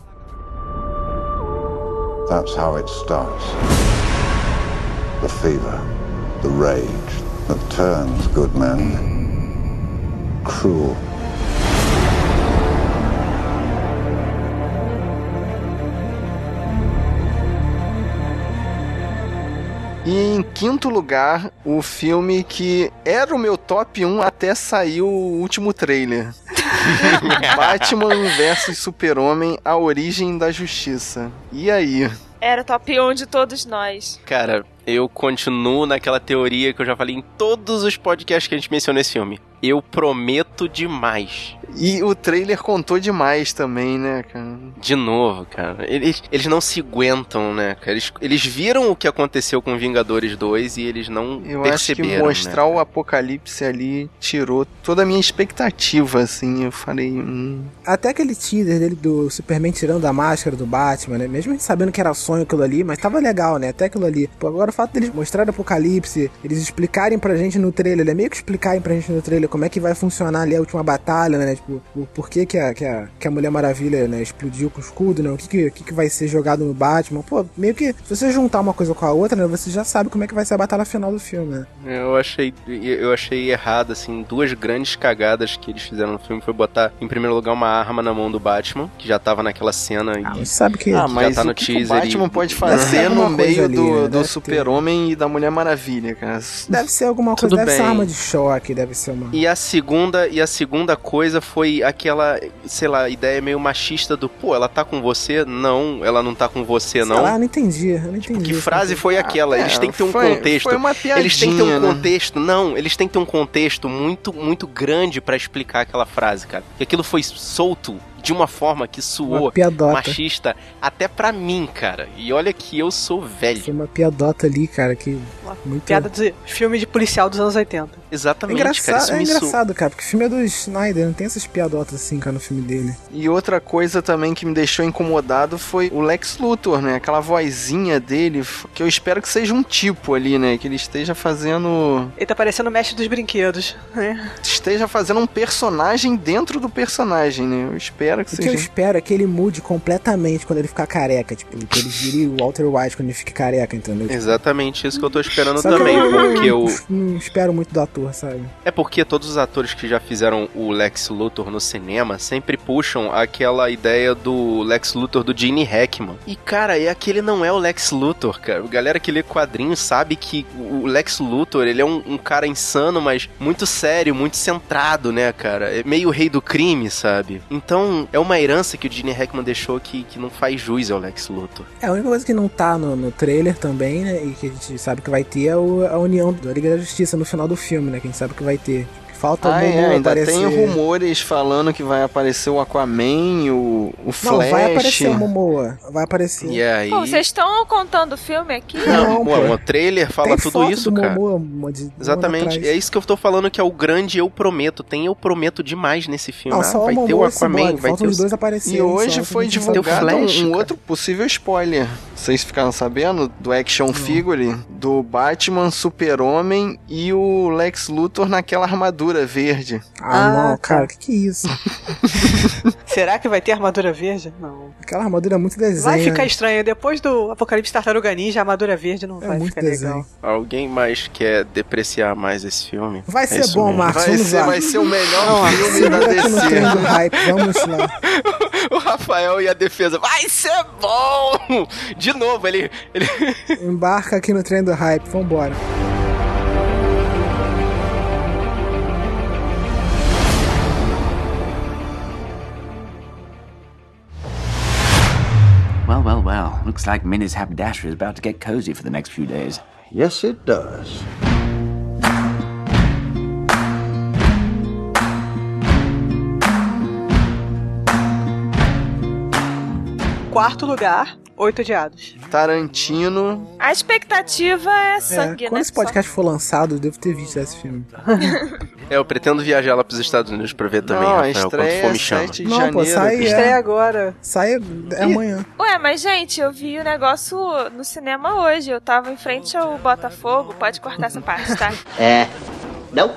Speaker 16: That's how it starts. The fever, the rage that turns good men cruel.
Speaker 3: E em quinto lugar, o filme que era o meu top 1 até sair o último trailer. Batman vs Super-Homem, a origem da justiça. E aí?
Speaker 5: Era o top 1 de todos nós.
Speaker 2: Cara, eu continuo naquela teoria que eu já falei em todos os podcasts que a gente mencionou esse filme. Eu prometo demais.
Speaker 3: E o trailer contou demais também, né, cara?
Speaker 2: De novo, cara. Eles, eles não se aguentam, né, cara? Eles, eles viram o que aconteceu com Vingadores 2 e eles não
Speaker 3: Eu acho que
Speaker 2: perceberam.
Speaker 3: mostrar
Speaker 2: né?
Speaker 3: o apocalipse ali tirou toda a minha expectativa, assim. Eu falei, hum,
Speaker 1: Até aquele teaser dele do Superman tirando a máscara do Batman, né? Mesmo a gente sabendo que era sonho aquilo ali, mas tava legal, né? Até aquilo ali. Pô, agora o fato deles mostrarem o apocalipse, eles explicarem pra gente no trailer, né? Meio que explicarem pra gente no trailer como é que vai funcionar ali a última batalha, né? Tipo, o porquê que a, que a, que a Mulher Maravilha, né, explodiu com o escudo, né? O que que, o que que vai ser jogado no Batman. Pô, meio que se você juntar uma coisa com a outra, né? Você já sabe como é que vai ser a batalha final do filme, né?
Speaker 2: Eu achei, eu achei errado, assim, duas grandes cagadas que eles fizeram no filme foi botar, em primeiro lugar, uma arma na mão do Batman, que já tava naquela cena e
Speaker 1: mas sabe que-
Speaker 2: já
Speaker 1: Ah, mas
Speaker 2: tá
Speaker 1: o
Speaker 2: no
Speaker 1: que que o
Speaker 2: teaser. e-
Speaker 3: Batman pode fazer
Speaker 1: Deve ter
Speaker 3: no
Speaker 1: alguma coisa
Speaker 3: meio
Speaker 1: ali, né?
Speaker 3: do,
Speaker 1: Deve
Speaker 3: do
Speaker 1: ter.
Speaker 3: Super-Homem e da Mulher Maravilha, cara.
Speaker 1: Deve ser alguma coisa,
Speaker 3: Tudo
Speaker 1: deve ser
Speaker 3: bem.
Speaker 1: arma de choque, deve ser uma.
Speaker 2: E a segunda, e a segunda coisa foi aquela, sei lá, ideia meio machista do, pô, ela tá com você? Não, ela não tá com você,
Speaker 1: Sei
Speaker 2: não. Tipo,
Speaker 1: lá, eu não entendi, eu não entendi. Ah, é,
Speaker 2: Que frase foi aquela? Eles têm que ter um
Speaker 1: foi-
Speaker 2: contexto.
Speaker 1: foi uma
Speaker 2: eles têm que ter
Speaker 1: piadinha, né?
Speaker 2: um contexto. Não, eles têm que ter um contexto muito, muito grande pra explicar aquela frase, cara. E aquilo foi solto de uma forma que
Speaker 1: Uma
Speaker 2: suou
Speaker 1: piadota.
Speaker 2: machista até pra mim, cara. E olha que eu sou velho.
Speaker 1: Uma piadota ali, cara, que. Muito...
Speaker 4: Piada de filme de policial dos anos 80.
Speaker 1: É
Speaker 2: Exatamente,
Speaker 1: engraçado,
Speaker 2: cara. Isso
Speaker 1: é
Speaker 2: me suou.
Speaker 1: engraçado, cara, porque o filme é do Snyder, não tem essas piadotas assim, cara, no filme dele.
Speaker 3: E outra coisa também que me deixou incomodado foi o Lex Luthor, né? Aquela vozinha dele, f- que eu espero que seja um tipo ali, né? Que ele esteja fazendo.
Speaker 4: Ele tá parecendo o mestre dos brinquedos, né?
Speaker 3: Esteja fazendo um personagem dentro do personagem, né? Eu espero que
Speaker 1: O que eu
Speaker 3: seja.
Speaker 1: espero é que ele mude completamente quando ele ficar careca, tipo, que ele vire o Walter White quando ele fique careca, entendeu?
Speaker 2: Exatamente isso que eu tô esperando
Speaker 1: Só que
Speaker 2: também,
Speaker 1: eu não-
Speaker 2: porque o.
Speaker 1: Não espero muito do ator. ator, sabe?
Speaker 2: É porque todos os atores que já fizeram o Lex Luthor no cinema sempre puxam aquela ideia do Lex Luthor do Gene Hackman. E cara, e aquele não é o Lex Luthor, cara. Galera que lê quadrinhos sabe que o Lex Luthor, ele é um, um cara insano, mas muito sério, muito centrado, né, cara? É meio o rei do crime, sabe? Então, é uma herança que o Gene Hackman deixou que, que não faz jus ao Lex Luthor.
Speaker 1: É, a única coisa que não tá no, no trailer também, né? E que a gente sabe que vai ter é o- a união da Liga da Justiça no final do filme, né? Quem sabe que vai ter. Falta o
Speaker 3: Ah,
Speaker 1: Momo
Speaker 3: é, ainda
Speaker 1: aparecer.
Speaker 3: tem rumores falando que vai aparecer o Aquaman, o, o
Speaker 1: Não,
Speaker 3: Flash.
Speaker 1: vai aparecer o Momoa. Vai aparecer.
Speaker 2: E aí...
Speaker 5: Pô, vocês estão contando o filme aqui?
Speaker 2: Não, pô, o trailer fala
Speaker 1: Tem
Speaker 2: tudo
Speaker 1: foto
Speaker 2: isso,
Speaker 1: do
Speaker 2: cara.
Speaker 1: Momoa, mo- de-
Speaker 2: Exatamente,
Speaker 1: atrás.
Speaker 2: é isso que eu tô falando que é o grande eu prometo. Tem eu prometo demais nesse filme.
Speaker 1: Não,
Speaker 2: Ah,
Speaker 1: só o
Speaker 2: vai ter o
Speaker 1: Momoa e o
Speaker 2: Aquaman,
Speaker 1: Cyborg,
Speaker 2: vai
Speaker 1: faltam
Speaker 2: ter
Speaker 1: os
Speaker 2: o...
Speaker 1: dois aparecerem.
Speaker 3: E hoje
Speaker 1: só,
Speaker 3: foi
Speaker 1: que a gente não sabe.
Speaker 3: divulgado
Speaker 2: Flash,
Speaker 3: um
Speaker 2: cara.
Speaker 3: outro possível spoiler. Vocês ficaram sabendo do action figure do Batman, Super-Homem e o Lex Luthor naquela armadura verde.
Speaker 1: Ah, não, cara, que que é isso?
Speaker 4: Será que vai ter armadura verde? Não.
Speaker 1: Aquela armadura é muito desenho.
Speaker 4: Vai ficar estranho. Depois do Apocalipse Tartaruga Ninja, a armadura verde
Speaker 1: É
Speaker 4: não vai ficar legal.
Speaker 2: Alguém mais quer depreciar mais esse filme?
Speaker 1: Vai
Speaker 2: É
Speaker 1: ser
Speaker 2: isso
Speaker 1: bom,
Speaker 2: mesmo.
Speaker 1: Marcos.
Speaker 3: Vai
Speaker 1: vamos
Speaker 3: ser,
Speaker 1: lá.
Speaker 3: vai ser o melhor filme
Speaker 1: segura
Speaker 3: da
Speaker 1: aqui no
Speaker 3: DC.
Speaker 1: trem do hype, vamos lá.
Speaker 2: O Rafael e a defesa. Vai ser bom! De novo, ele. ele...
Speaker 1: Embarca aqui no trem do hype, vambora.
Speaker 17: Well, well, well. Looks like Minnie's haberdasher is about to get cozy for the next few days.
Speaker 16: Yes, it does.
Speaker 4: Quarto lugar, Oito Odiados.
Speaker 3: Tarantino.
Speaker 5: A expectativa é sangue,
Speaker 1: É,
Speaker 5: né?
Speaker 1: quando esse podcast for lançado, eu devo ter visto esse filme.
Speaker 2: É, eu pretendo viajar lá pros Estados Unidos pra ver também,
Speaker 3: Não, a
Speaker 2: Rafael. Quando
Speaker 3: estreia
Speaker 2: for,
Speaker 3: é
Speaker 2: me chama.
Speaker 3: 7
Speaker 1: Não, pô, sai
Speaker 4: Estreia
Speaker 1: é,
Speaker 4: agora.
Speaker 1: sai é amanhã.
Speaker 5: Ué, mas gente, eu vi o negócio no cinema hoje. Eu tava em frente ao Botafogo. Pode cortar essa parte, tá?
Speaker 6: É. Não?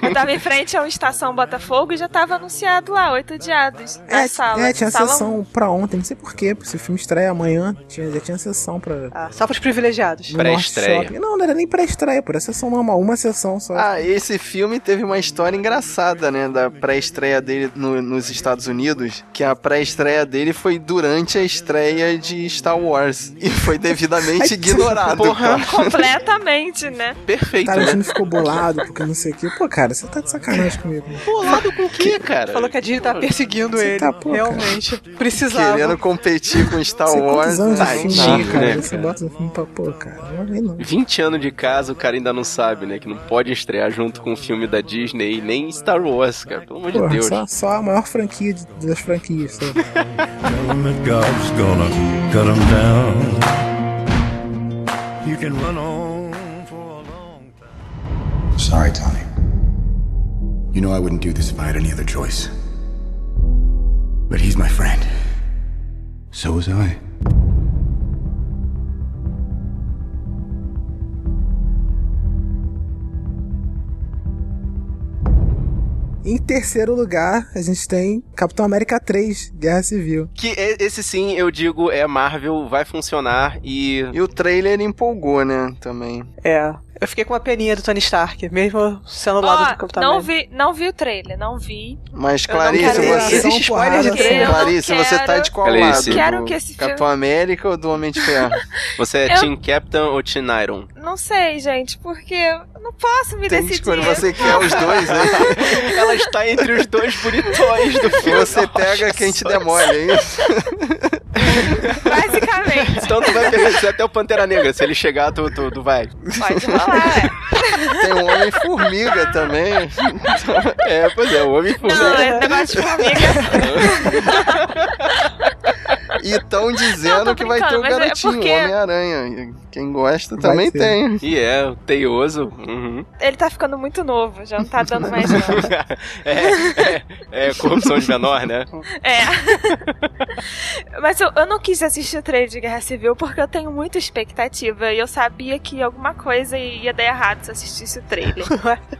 Speaker 5: Eu tava em frente ao Estação Botafogo e já tava anunciado lá, oito diados, na sala.
Speaker 1: É, tinha
Speaker 5: Salão-
Speaker 1: sessão pra ontem, não sei porquê, porque se o filme estreia amanhã, tinha, já tinha sessão pra.
Speaker 4: Ah, só pros privilegiados.
Speaker 1: no Norte Shopping. Não, não era nem pré-estreia, por essa sessão normal, uma sessão só.
Speaker 3: Ah, esse filme teve uma história engraçada, né? Da pré-estreia dele no- nos Estados Unidos. Que a pré-estreia dele foi durante a estreia de Star Wars. E foi devidamente ignorado. Tá
Speaker 5: Porra,
Speaker 3: cara.
Speaker 5: completamente, né?
Speaker 1: o
Speaker 2: Perfeito,
Speaker 1: Tarantino ficou bolado, porque não sei o quê. Pô, cara, você tá de sacanagem comigo.
Speaker 4: Bolado com o
Speaker 2: quê, cara?
Speaker 4: Falou que a Disney tá perseguindo
Speaker 1: Você
Speaker 4: ele.
Speaker 1: tá, pô, cara.
Speaker 4: Realmente. Precisava.
Speaker 3: Querendo competir com
Speaker 2: Tá
Speaker 3: Star
Speaker 1: Você
Speaker 3: Wars. tá
Speaker 1: quantos anos de
Speaker 3: Ai,
Speaker 1: filme,
Speaker 2: tadinho,
Speaker 1: cara?
Speaker 2: né,
Speaker 1: Você
Speaker 2: cara?
Speaker 1: bota no filme pra pô, cara. Não vem não.
Speaker 2: 20 anos de casa, o cara ainda não sabe, né? Que não pode estrear junto com o filme da Disney e nem Star Wars, cara. Pelo amor de
Speaker 1: Porra,
Speaker 2: Deus.
Speaker 1: só, só a maior franquia de- das franquias. sabe?
Speaker 18: Tell 'em that God's gonna cut 'em down. You can run on.
Speaker 19: Sorry, Tommy. You know I wouldn't do this if I had any other choice. But he's my friend. So was I.
Speaker 1: em terceiro lugar, a gente tem Capitão América 3, Guerra Civil.
Speaker 2: Que e- esse sim, eu digo, é Marvel, vai funcionar e.
Speaker 3: E o trailer empolgou, né? Também.
Speaker 4: É. Eu fiquei com uma peninha do Tony Stark, mesmo sendo do lado do
Speaker 5: Ó,
Speaker 4: Capitão
Speaker 5: não
Speaker 4: América.
Speaker 5: vi, não vi o trailer, não vi.
Speaker 3: Mas,
Speaker 5: Eu não
Speaker 3: Clarice,
Speaker 5: quero
Speaker 3: você.
Speaker 4: Existe spoiler de
Speaker 5: Eu não
Speaker 3: Clarice, você tá de qual
Speaker 2: Clarice.
Speaker 3: lado?
Speaker 5: Quero
Speaker 3: Do
Speaker 5: que esse filme-
Speaker 3: Capitão América ou do Homem de Ferro?
Speaker 2: Você é
Speaker 5: Eu-
Speaker 2: Team Captain ou Team Iron?
Speaker 5: Não sei, gente, porque eu não posso me
Speaker 3: Tem que
Speaker 5: decidir.
Speaker 3: escolher, você quer os dois, né?
Speaker 2: Ela está entre os dois bonitões do filme.
Speaker 3: Você pega quem te demole, é isso?
Speaker 5: Basicamente.
Speaker 2: Então tu vai perder até o Pantera Negra. Se ele chegar, tu, tu, tu vai.
Speaker 5: Pode rolar, é.
Speaker 3: Tem o Homem-Formiga também.
Speaker 2: É, pois é, o
Speaker 5: Não,
Speaker 2: Homem-Formiga.
Speaker 5: é negócio de formiga.
Speaker 3: E estão dizendo que vai ter o
Speaker 5: brincando, mas é
Speaker 3: garotinho,
Speaker 5: porque-
Speaker 3: Homem-Aranha. Quem gosta
Speaker 2: Vai
Speaker 3: também
Speaker 2: ter.
Speaker 3: tem.
Speaker 2: E é, o teioso. Uhum.
Speaker 5: Ele tá ficando muito novo, já não tá dando mais não.
Speaker 2: É, é, é corrupção de menor, né?
Speaker 5: É. Mas eu, eu não quis assistir o trailer de Guerra Civil porque eu tenho muita expectativa e eu sabia que alguma coisa ia dar errado se eu assistisse o trailer.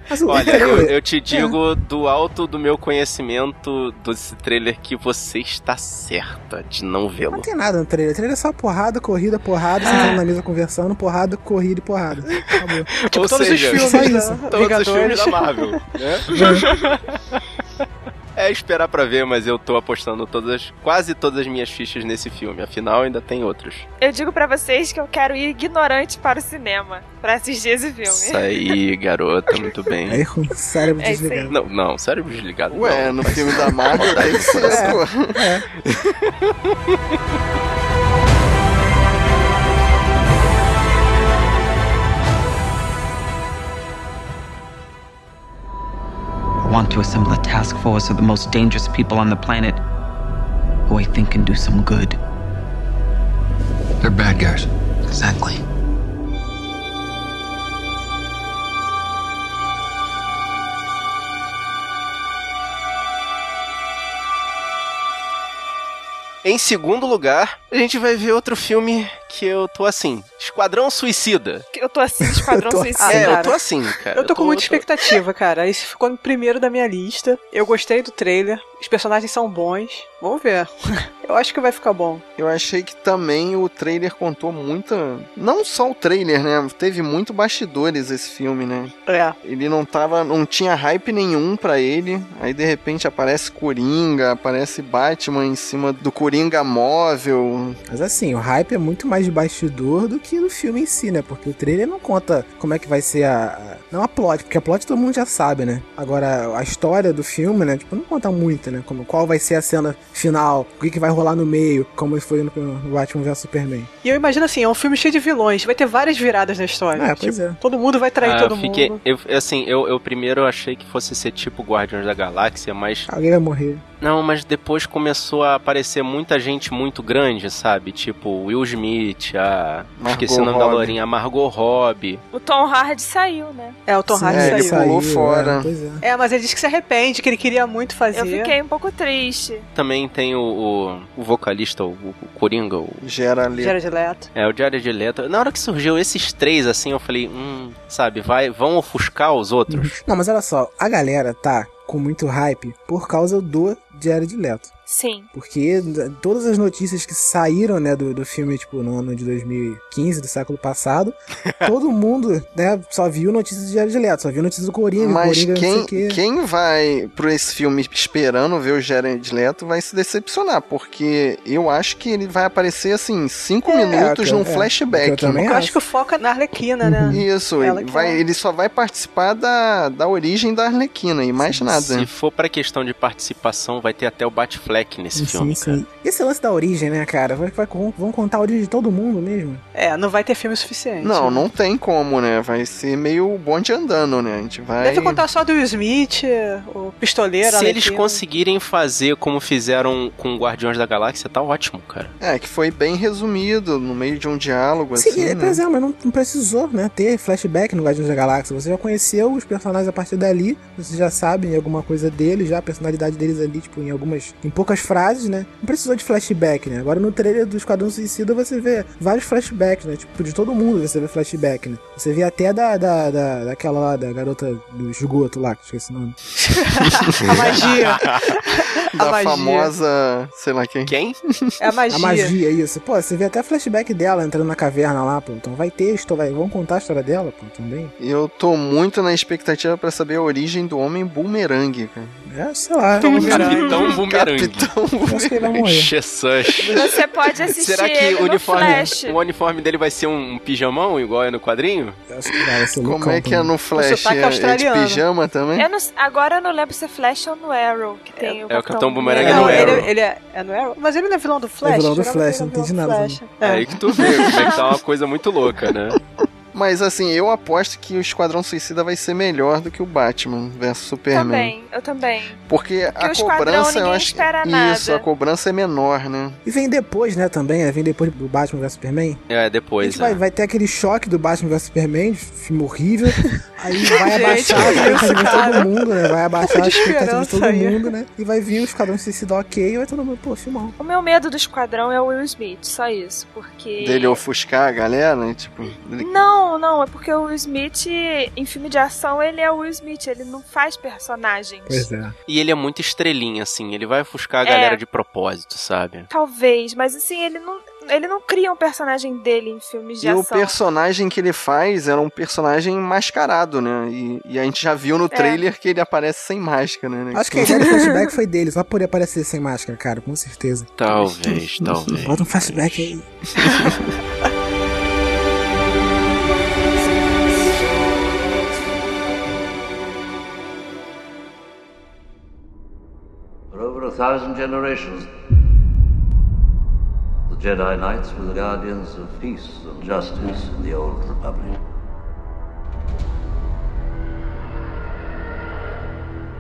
Speaker 1: Mas o
Speaker 2: Olha, eu,
Speaker 1: trailer-
Speaker 2: eu te digo do alto do meu conhecimento desse trailer que você está certa de não cotovelo.
Speaker 1: Não tem nada no trailer. O trailer é só porrada, corrida, porrada,
Speaker 2: Ah.
Speaker 1: sentando na mesa conversando, porrada, corrida e porrada. Acabou.
Speaker 4: Tipo,
Speaker 2: Ou seja,
Speaker 1: só isso.
Speaker 2: todos os filmes da Marvel, né? É esperar pra ver, mas eu tô apostando todas, quase todas as minhas fichas nesse filme. Afinal, ainda tem outros.
Speaker 5: Eu digo pra vocês que eu quero ir ignorante para o cinema pra assistir esse filme.
Speaker 2: Isso aí, garota, muito bem.
Speaker 1: Aí com o cérebro
Speaker 5: É isso aí.
Speaker 1: desligado.
Speaker 2: Não, não, cérebro desligado.
Speaker 3: Ué,
Speaker 2: não,
Speaker 3: no
Speaker 2: mas-
Speaker 3: filme da Marvel tem que ser,
Speaker 1: É.
Speaker 3: pô.
Speaker 20: I want to assemble a task force of the most dangerous people on the planet who I think can do some good.
Speaker 11: They're bad guys. Exactly.
Speaker 2: Em segundo lugar, a gente vai ver outro filme que eu tô assim, Esquadrão Suicida.
Speaker 5: Eu tô assim, Esquadrão
Speaker 4: Eu tô-
Speaker 5: Suicida.
Speaker 2: é,
Speaker 4: cara.
Speaker 2: eu tô assim, cara.
Speaker 4: Eu tô com muita expectativa, cara. Esse ficou em primeiro da minha lista. Eu gostei do trailer. Os personagens são bons. Vamos ver. Eu acho que vai ficar bom.
Speaker 3: Eu achei que também o trailer contou muita. Não só o trailer, né? Teve muito bastidores esse filme, né?
Speaker 4: É.
Speaker 3: Ele não tava. não tinha hype nenhum pra ele. Aí de repente aparece Coringa, aparece Batman em cima do Coringa móvel.
Speaker 1: Mas assim, o hype é muito mais de bastidor do que do filme em si, né? Porque o trailer não conta como é que vai ser a. a- Não a plot, porque a plot todo mundo já sabe, né? Agora, a história do filme, né? Tipo, não conta muito, né? Como, qual vai ser a cena final, o que, que vai rolar no meio, como foi no, no Batman vs Superman.
Speaker 4: E eu imagino assim, é um filme cheio de vilões. Vai ter várias viradas na história.
Speaker 1: É,
Speaker 3: tipo,
Speaker 1: pois é.
Speaker 4: Todo mundo vai trair
Speaker 2: Ah,
Speaker 4: todo
Speaker 2: eu fiquei,
Speaker 4: mundo.
Speaker 2: eu, assim, eu, eu primeiro achei que fosse ser tipo Guardiões da Galáxia, mas
Speaker 1: Alguém vai morrer.
Speaker 2: Não, mas depois começou a aparecer muita gente muito grande, sabe? Tipo Will Smith, a.
Speaker 3: Margot
Speaker 2: Esqueci o nome da
Speaker 3: Robbie.
Speaker 2: lourinha, a Margot Robbie.
Speaker 5: O Tom Hardy saiu, né?
Speaker 4: É, o Tom
Speaker 3: Sim,
Speaker 4: Hardy
Speaker 3: é,
Speaker 4: saiu.
Speaker 3: ele pulou fora.
Speaker 4: É, mas ele disse que se arrepende, que ele queria muito fazer.
Speaker 5: Eu fiquei um pouco triste.
Speaker 2: Também tem o, o, o vocalista, o, o Coringa, o.
Speaker 3: Gera ali.
Speaker 4: Jared Leto.
Speaker 2: É, o Diário de Leto. Na hora que surgiu esses três, assim, eu falei, hum, sabe, vai, vão ofuscar os outros.
Speaker 1: Não, mas olha só, a galera tá com muito hype por causa do Jared Leto.
Speaker 5: Sim.
Speaker 1: Porque d- todas as notícias que saíram, né, do, do filme, tipo, no ano de 2015, do século passado, todo mundo, né, só viu notícias de Jared Leto, só viu notícias do Coringa,
Speaker 3: Mas
Speaker 1: Coringa, não sei
Speaker 3: quem,
Speaker 1: o quê.
Speaker 3: quem vai pro esse filme esperando ver o Jared Leto vai se decepcionar, porque eu acho que ele vai aparecer assim, cinco minutos
Speaker 1: cara,
Speaker 3: num
Speaker 1: é.
Speaker 3: flashback.
Speaker 1: Eu também
Speaker 3: é
Speaker 4: Eu acho que foca na Arlequina, né?
Speaker 3: Isso,
Speaker 4: Ela
Speaker 3: ele,
Speaker 4: que
Speaker 3: vai,
Speaker 4: é.
Speaker 3: ele só vai participar da, da origem da Arlequina e mais
Speaker 2: Se
Speaker 3: nada.
Speaker 2: for pra questão de participação, vai ter até o Batfleck nesse filme.
Speaker 1: sim. Esse lance da origem, né, cara? Vai, vai- vão contar a origem de todo mundo mesmo.
Speaker 4: É, não vai ter filme suficiente.
Speaker 3: Não, não tem como, né? Vai ser meio bonde andando, né? A gente vai.
Speaker 4: Deve contar só do Will Smith, o pistoleiro, a
Speaker 2: Se eles
Speaker 4: Arlequina.
Speaker 2: conseguirem fazer como fizeram com Guardiões da Galáxia, tá ótimo, cara.
Speaker 3: É, que foi bem resumido, no meio de um diálogo,
Speaker 1: Sim,
Speaker 3: assim.
Speaker 1: é,
Speaker 3: né?
Speaker 1: pois é, mas não, não precisou, né, ter flashback no Guardiões da Galáxia. Você já conheceu os personagens a partir dali, você já sabe alguma coisa deles, já a personalidade deles ali, tipo, em algumas, em poucas frases, né? Não precisou de flashback, né? Agora no trailer do Esquadrão Suicida você vê vários flashbacks, né? Tipo, de todo mundo você vê flashback, né? Você vê até da, da, da daquela lá, da garota do esgoto lá, que eu esqueci o nome.
Speaker 4: A magia.
Speaker 3: da
Speaker 4: A é. magia.
Speaker 3: famosa. sei lá quem.
Speaker 2: Quem?
Speaker 4: É a magia.
Speaker 1: A magia, isso. Pô, você vê até flashback dela entrando na caverna lá, pô. Então vai ter, isto, vai, vão contar a história dela, pô, também.
Speaker 3: Eu tô muito na expectativa pra saber a origem do homem bumerangue, cara.
Speaker 1: É, sei lá.
Speaker 2: Capitão Boomerang.
Speaker 3: Capitão
Speaker 1: Acho que ele vai
Speaker 3: bumerangue.
Speaker 1: morrer.
Speaker 2: Jesus.
Speaker 5: Você pode assistir
Speaker 2: Será que
Speaker 5: ele
Speaker 2: o
Speaker 5: no
Speaker 2: uniforme, é
Speaker 5: Flash.
Speaker 2: o uniforme dele vai ser um pijamão igual é no quadrinho?
Speaker 1: Acho que vai ser
Speaker 3: Como é que é no
Speaker 4: O
Speaker 3: Flash?
Speaker 4: sotaque
Speaker 3: É de
Speaker 4: australiano. É.
Speaker 3: pijama também?
Speaker 5: Eu não- agora eu não lembro se é Flash ou no Arrow que tem o
Speaker 2: é o Capitão Boomerang
Speaker 4: não,
Speaker 2: no
Speaker 4: ele,
Speaker 2: Arrow.
Speaker 4: ele é, é no Arrow? Mas ele não é vilão do Flash?
Speaker 1: vilão do
Speaker 4: Jurava
Speaker 1: Flash,
Speaker 4: que ele
Speaker 1: não
Speaker 4: era
Speaker 1: entendi
Speaker 4: vilão do
Speaker 1: nada, né?
Speaker 4: Flash.
Speaker 2: É aí que tu vê, como é que tá uma coisa muito louca, né?
Speaker 3: Mas assim, eu aposto que o Esquadrão Suicida vai ser melhor do que o Batman versus Superman.
Speaker 5: Também, eu também.
Speaker 3: Porque a
Speaker 5: o Esquadrão
Speaker 3: cobrança, eu
Speaker 5: ninguém
Speaker 3: acho.
Speaker 5: espera
Speaker 3: Isso,
Speaker 5: nada.
Speaker 3: a cobrança é menor, né?
Speaker 1: E vem depois, né, também, né? Vem depois do Batman vs Superman.
Speaker 2: É,
Speaker 1: A
Speaker 2: depois.
Speaker 1: gente vai,
Speaker 2: é.
Speaker 1: vai ter aquele choque do Batman vs Superman, filme horrível. Aí vai
Speaker 4: Gente,
Speaker 1: abaixar
Speaker 4: que
Speaker 1: a expectativa
Speaker 4: isso,
Speaker 1: de
Speaker 4: cara.
Speaker 1: todo mundo, né? Vai abaixar a
Speaker 4: Pouco de
Speaker 1: expectativa de todo
Speaker 4: esperança aí.
Speaker 1: mundo, né? E vai vir o Esquadrão Suicida ok e vai todo mundo, pô, filmão.
Speaker 5: O meu medo do esquadrão é o Will Smith, só isso. Porque.
Speaker 3: Dele ofuscar a galera, né? Tipo. ele-
Speaker 5: Não, Não, não, é porque o Will Smith, em filme de ação, ele é o Will Smith, ele não faz personagens.
Speaker 1: Pois é.
Speaker 2: E ele é muito estrelinha, assim. Ele vai ofuscar a galera
Speaker 5: É.
Speaker 2: de propósito, sabe?
Speaker 5: Talvez, mas assim, ele não, ele não cria um personagem dele em filmes de
Speaker 3: E
Speaker 5: ação.
Speaker 3: o personagem que ele faz era um personagem mascarado, né? E, e a gente já viu
Speaker 5: É.
Speaker 3: no trailer que ele aparece sem máscara, né?
Speaker 1: Acho que é a ideia do flashback foi dele, só por ele aparecer sem máscara, cara, com certeza.
Speaker 2: Talvez, talvez.
Speaker 1: Bota um flashback aí.
Speaker 21: For over a thousand generations, the Jedi Knights were the guardians of peace and justice in the Old Republic.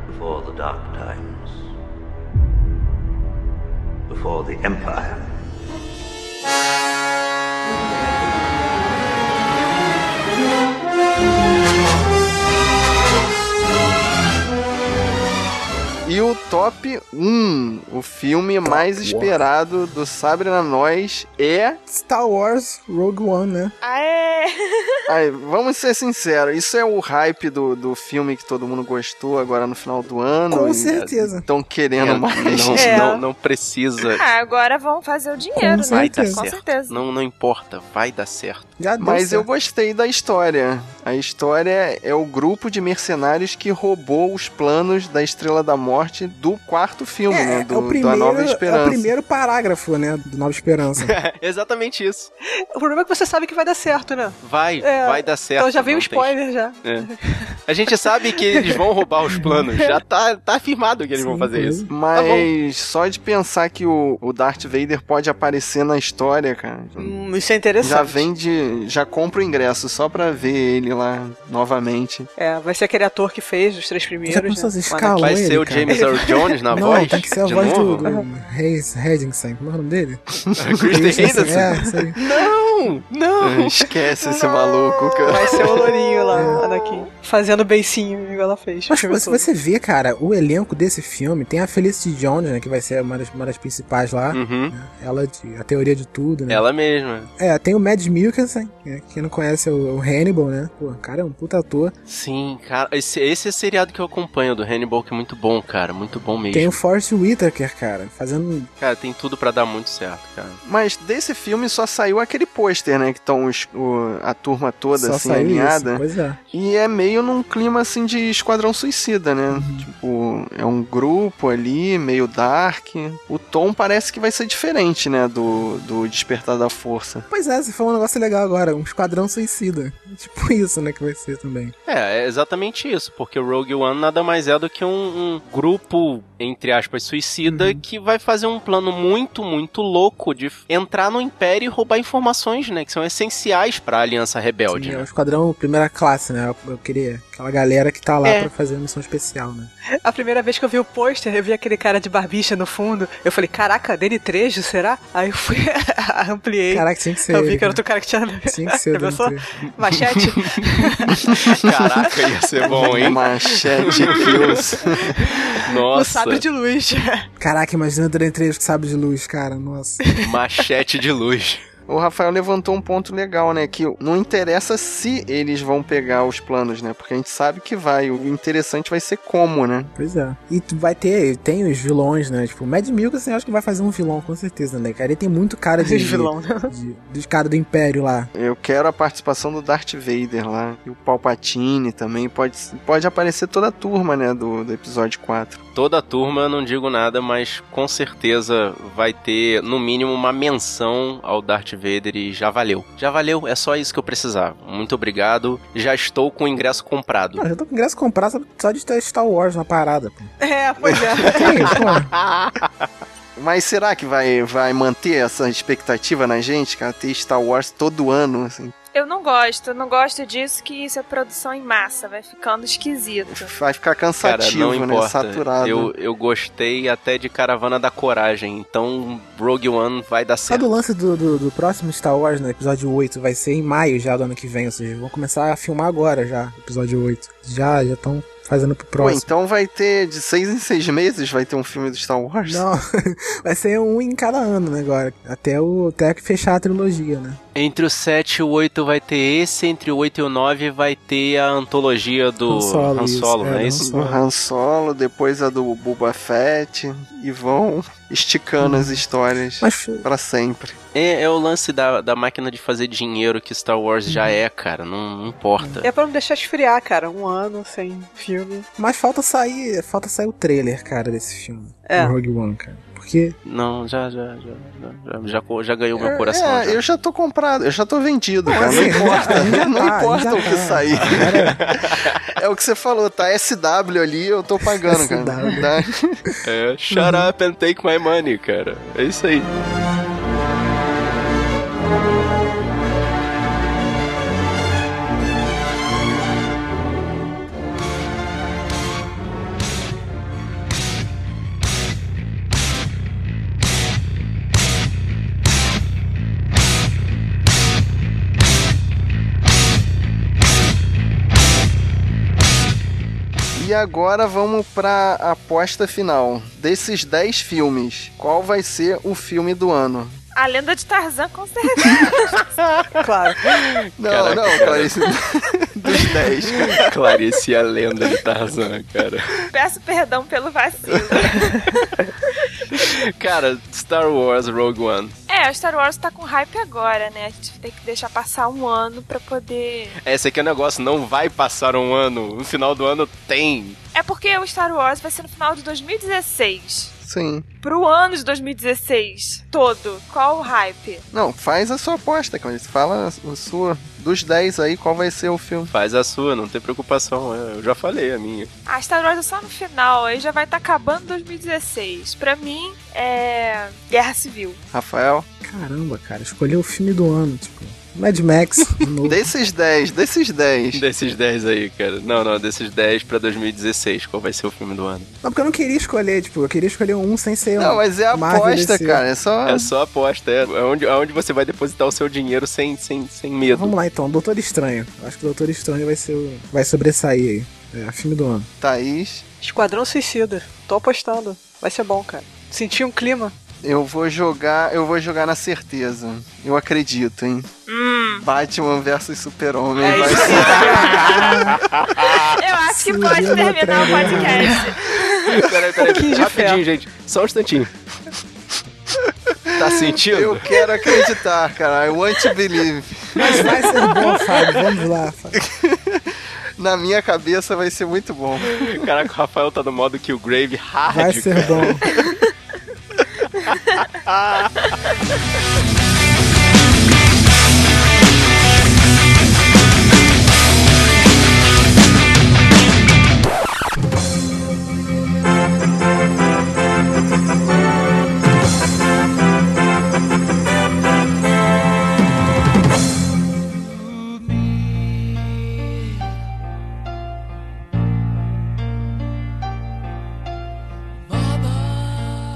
Speaker 21: Before the Dark Times, before the Empire.
Speaker 3: E o top 1, o filme
Speaker 1: um.
Speaker 3: mais esperado do Sabrina Nós é.
Speaker 1: Star Wars Rogue One, né?
Speaker 3: Ai, vamos ser sinceros, isso é o hype do, do filme que todo mundo gostou agora no final do ano.
Speaker 1: Com certeza.
Speaker 3: Estão querendo
Speaker 2: É,
Speaker 3: mais.
Speaker 2: Não,
Speaker 5: É.
Speaker 2: não, não precisa.
Speaker 5: Ah, agora vão fazer o dinheiro, né?
Speaker 2: Vai dar
Speaker 5: Com
Speaker 2: certo.
Speaker 5: certeza.
Speaker 2: Não, não importa, vai dar certo.
Speaker 3: Mas eu gostei da história. A história é o grupo de mercenários que roubou os planos da Estrela da Morte do quarto filme, né? Do,
Speaker 1: é, o primeiro,
Speaker 3: da Nova
Speaker 1: é
Speaker 3: Esperança.
Speaker 1: o primeiro parágrafo, né? Do Nova Esperança.
Speaker 2: É, Exatamente isso.
Speaker 4: O problema é que você sabe que vai dar certo, né?
Speaker 2: Vai,
Speaker 4: É,
Speaker 2: vai dar certo.
Speaker 4: Então já veio o
Speaker 2: não tem-
Speaker 4: spoiler já.
Speaker 2: É. A gente sabe que eles vão roubar os planos. Já tá, tá afirmado que eles vão fazer isso. Tá bom.
Speaker 3: Mas só de pensar que o, o Darth Vader pode aparecer na história, cara.
Speaker 4: Hum, isso é interessante.
Speaker 3: Já vem de. Já compra o ingresso só pra ver ele lá novamente.
Speaker 4: É, vai ser aquele ator que fez os três primeiros.
Speaker 1: Já pensou
Speaker 4: né?
Speaker 1: se escalou
Speaker 3: Vai ser
Speaker 1: ele,
Speaker 3: o
Speaker 1: cara?
Speaker 3: James Earl Jones na
Speaker 1: Não,
Speaker 3: voz?
Speaker 1: tem que ser a
Speaker 3: De
Speaker 1: voz do,
Speaker 3: novo?
Speaker 1: do Hayes Reddington. Como é o nome dele?
Speaker 3: Christy
Speaker 1: Christensen,
Speaker 3: Henderson?
Speaker 2: assim?
Speaker 1: É, isso aí.
Speaker 2: Não!
Speaker 3: Não! Esquece esse maluco, cara.
Speaker 4: Vai ser o lourinho lá, Anakin. Fazendo beicinho, igual ela fez.
Speaker 1: É. Mas se você vê, cara, o elenco desse filme tem a Felicity Jones, né? Que vai ser uma das, uma das principais lá. né, Ela, de- a teoria de tudo, né?
Speaker 2: Hum. Uhum. Ela mesma.
Speaker 1: É, tem o Mads Mikkelsen, né, quem não conhece é o, o Hannibal, né? Pô, o cara é um puta ator.
Speaker 2: Sim, cara. Esse, esse é seriado que eu acompanho do Hannibal, que é muito bom, cara. Muito bom mesmo.
Speaker 1: Tem um o Forrest Whitaker, cara, fazendo...
Speaker 2: Cara, tem tudo pra dar muito certo, cara.
Speaker 3: Mas desse filme só saiu aquele pôster, né? Que estão os- o- a turma toda
Speaker 1: Só
Speaker 3: assim
Speaker 1: saiu
Speaker 3: alinhada.
Speaker 1: isso, pois é.
Speaker 3: E é meio num clima assim de esquadrão suicida, né? Tipo, é um grupo ali, meio dark. O tom parece que vai ser diferente, né? Do, do Despertar da Força.
Speaker 1: Pois é, você falou um negócio legal agora, um esquadrão suicida. Tipo isso, né, que vai ser também.
Speaker 2: É, é exatamente isso, porque o Rogue One nada mais é do que um, um grupo, entre aspas, suicida, que vai fazer um plano muito, muito louco de f- entrar no Império e roubar informações, né? Que são essenciais pra Aliança Rebelde.
Speaker 1: Sim,
Speaker 2: né?
Speaker 1: é um esquadrão primeira classe, né? Eu- Eu queria aquela galera que tá lá
Speaker 4: É.
Speaker 1: pra fazer a missão especial, né?
Speaker 4: A primeira vez que eu vi o pôster, eu vi aquele cara de barbicha no fundo. Eu falei, caraca, dele trejo, será? Aí eu fui, ampliei.
Speaker 1: Caraca, tinha que ser
Speaker 4: Eu vi
Speaker 1: ele,
Speaker 4: que
Speaker 1: cara.
Speaker 4: era outro cara que tinha.
Speaker 1: Tinha que ser o Dele
Speaker 4: Pensou?
Speaker 1: Trejo.
Speaker 4: Machete?
Speaker 2: Caraca, é. ia ser bom,
Speaker 3: É
Speaker 2: hein?
Speaker 3: Machete Kills.
Speaker 4: O
Speaker 2: Nossa.
Speaker 4: sabre de luz.
Speaker 1: Caraca, imagina o Dele Trejo que sabe de luz, cara, nossa.
Speaker 2: Machete de luz.
Speaker 3: O Rafael levantou um ponto legal, né? Que não interessa se eles vão pegar os planos, né? Porque a gente sabe que vai. O interessante vai ser como, né?
Speaker 1: Pois é. E tu vai ter, tem os vilões, né? Tipo, o Mad Mikkelsen eu acho que vai fazer um vilão, com certeza, né, cara? Ele tem muito cara de...
Speaker 3: De vilão,
Speaker 1: né? dos caras do Império lá.
Speaker 3: Eu quero a participação do Darth Vader lá. E o Palpatine também. Pode, pode aparecer toda a turma, né? Do, do episódio 4.
Speaker 2: Toda a turma, eu não digo nada, mas com certeza vai ter, no mínimo, uma menção ao Darth Vader e já valeu. Já valeu, é só isso que eu precisava. Muito obrigado, já estou com o ingresso comprado.
Speaker 1: Mano, eu tô com ingresso comprar só- só de ter Star Wars na parada, pô.
Speaker 4: É, pois é.
Speaker 3: Mas será que vai, vai manter essa expectativa na gente, cara? Ter Star Wars todo ano, assim.
Speaker 5: Eu não gosto, eu não gosto disso, que isso é produção em massa, vai ficando esquisito.
Speaker 3: Vai ficar
Speaker 2: Cara,
Speaker 3: cansativo,
Speaker 2: não
Speaker 3: né?
Speaker 2: importa.
Speaker 3: Saturado.
Speaker 2: Eu, eu gostei até de Caravana da Coragem, então Rogue One vai dar
Speaker 1: Sabe
Speaker 2: certo.
Speaker 1: o lance do, do, do próximo Star Wars, né? Episódio 8, vai ser em maio já do ano que vem, ou seja, vão começar a filmar agora já, episódio 8. Já, já estão fazendo pro
Speaker 3: Pô,
Speaker 1: próximo.
Speaker 3: então vai ter de seis em seis meses vai ter um filme do Star Wars?
Speaker 1: Não, vai ser um em cada ano, né, agora. Até o até que fechar a trilogia, né?
Speaker 2: Entre o 7 e o 8 vai ter esse, entre o 8 e o 9 vai ter a antologia do Han
Speaker 3: Han
Speaker 2: Solo,
Speaker 3: Solo,
Speaker 2: não é isso?
Speaker 3: O Han Solo, depois a do Boba Fett, e vão esticando
Speaker 2: Hum.
Speaker 3: as histórias pra sempre.
Speaker 2: É, é o lance da, da máquina de fazer dinheiro que Star Wars já é, cara. Não, não importa.
Speaker 4: É pra não deixar esfriar, cara. Um ano sem filme.
Speaker 1: Mas falta sair, falta sair o trailer, cara, desse filme.
Speaker 4: É.
Speaker 1: Do Rogue One, cara. Porque
Speaker 2: Não, já, já, já, já, já, já, co- já ganhou meu
Speaker 3: É,
Speaker 2: coração.
Speaker 3: é,
Speaker 2: já.
Speaker 3: eu já tô comprado, eu já tô vendido, cara. Não
Speaker 2: assim,
Speaker 3: importa,
Speaker 2: já
Speaker 3: não
Speaker 2: tá,
Speaker 3: importa
Speaker 2: já
Speaker 3: o que
Speaker 2: tá.
Speaker 3: sair. É o que você falou, tá SW ali, eu tô pagando, cara. Tá?
Speaker 2: É, shut up and take my money, cara. É isso aí.
Speaker 3: E agora vamos pra aposta final. Desses 10 filmes, qual vai ser o filme do ano?
Speaker 5: A lenda de Tarzan, com certeza.
Speaker 4: claro.
Speaker 3: Não,
Speaker 2: Caraca,
Speaker 3: não,
Speaker 2: cara.
Speaker 3: Clarice. Dos 10.
Speaker 2: Clarice a lenda de Tarzan, cara.
Speaker 5: Peço perdão pelo vacilo.
Speaker 2: Cara, Star Wars Rogue One.
Speaker 5: É, o Star Wars tá com hype agora, né? A gente tem que deixar passar um ano pra poder.
Speaker 2: Esse aqui é o negócio, não vai passar um ano. No final do ano tem.
Speaker 5: É porque o Star Wars vai ser no final de 2016.
Speaker 3: Sim.
Speaker 5: Pro ano de 2016 todo. Qual o hype?
Speaker 3: Não, faz a sua aposta, Clarice. Fala a sua. Dos 10 aí, qual vai ser o filme?
Speaker 2: Faz a sua, não tem preocupação. é, Eu já falei a minha.
Speaker 5: Ah, Star Wars é só no final, aí já vai estar tá acabando 2016. Pra mim, é. Guerra Civil.
Speaker 3: Rafael?
Speaker 1: Caramba, cara, escolheu o filme do ano, tipo. Mad Max. de novo.
Speaker 3: Desses 10, desses 10.
Speaker 2: Desses 10 aí, cara. Não, não, desses 10 pra 2016. Qual vai ser o filme do ano?
Speaker 1: Não, porque eu não queria escolher, tipo, eu queria escolher um sem ser
Speaker 3: Não,
Speaker 1: um
Speaker 3: mas é a
Speaker 1: Marvel
Speaker 3: aposta,
Speaker 1: DC.
Speaker 3: cara. É só.
Speaker 2: É só aposta, é. É onde, é onde você vai depositar o seu dinheiro sem, sem, sem medo.
Speaker 1: Vamos lá então, Doutor Estranho. Eu Acho que o Doutor Estranho vai ser o... vai sobressair aí. É, filme do ano.
Speaker 3: Thaís.
Speaker 4: Esquadrão Suicida. Tô apostando. Vai ser bom, cara. Senti um clima.
Speaker 3: Eu vou jogar, eu vou jogar na certeza. Eu acredito, hein? Batman versus Super-Homem vai ser.
Speaker 5: Eu acho que pode terminar o podcast.
Speaker 2: peraí, peraí. Rapidinho, gente. Só um instantinho. Tá sentindo?
Speaker 3: Eu quero acreditar, cara. I want to believe.
Speaker 1: Mas vai ser bom, Fábio. Vamos lá, Fábio.
Speaker 3: Na minha cabeça vai ser muito bom.
Speaker 2: Caraca, o Rafael tá no modo que o Grave hard.
Speaker 1: Vai ser bom.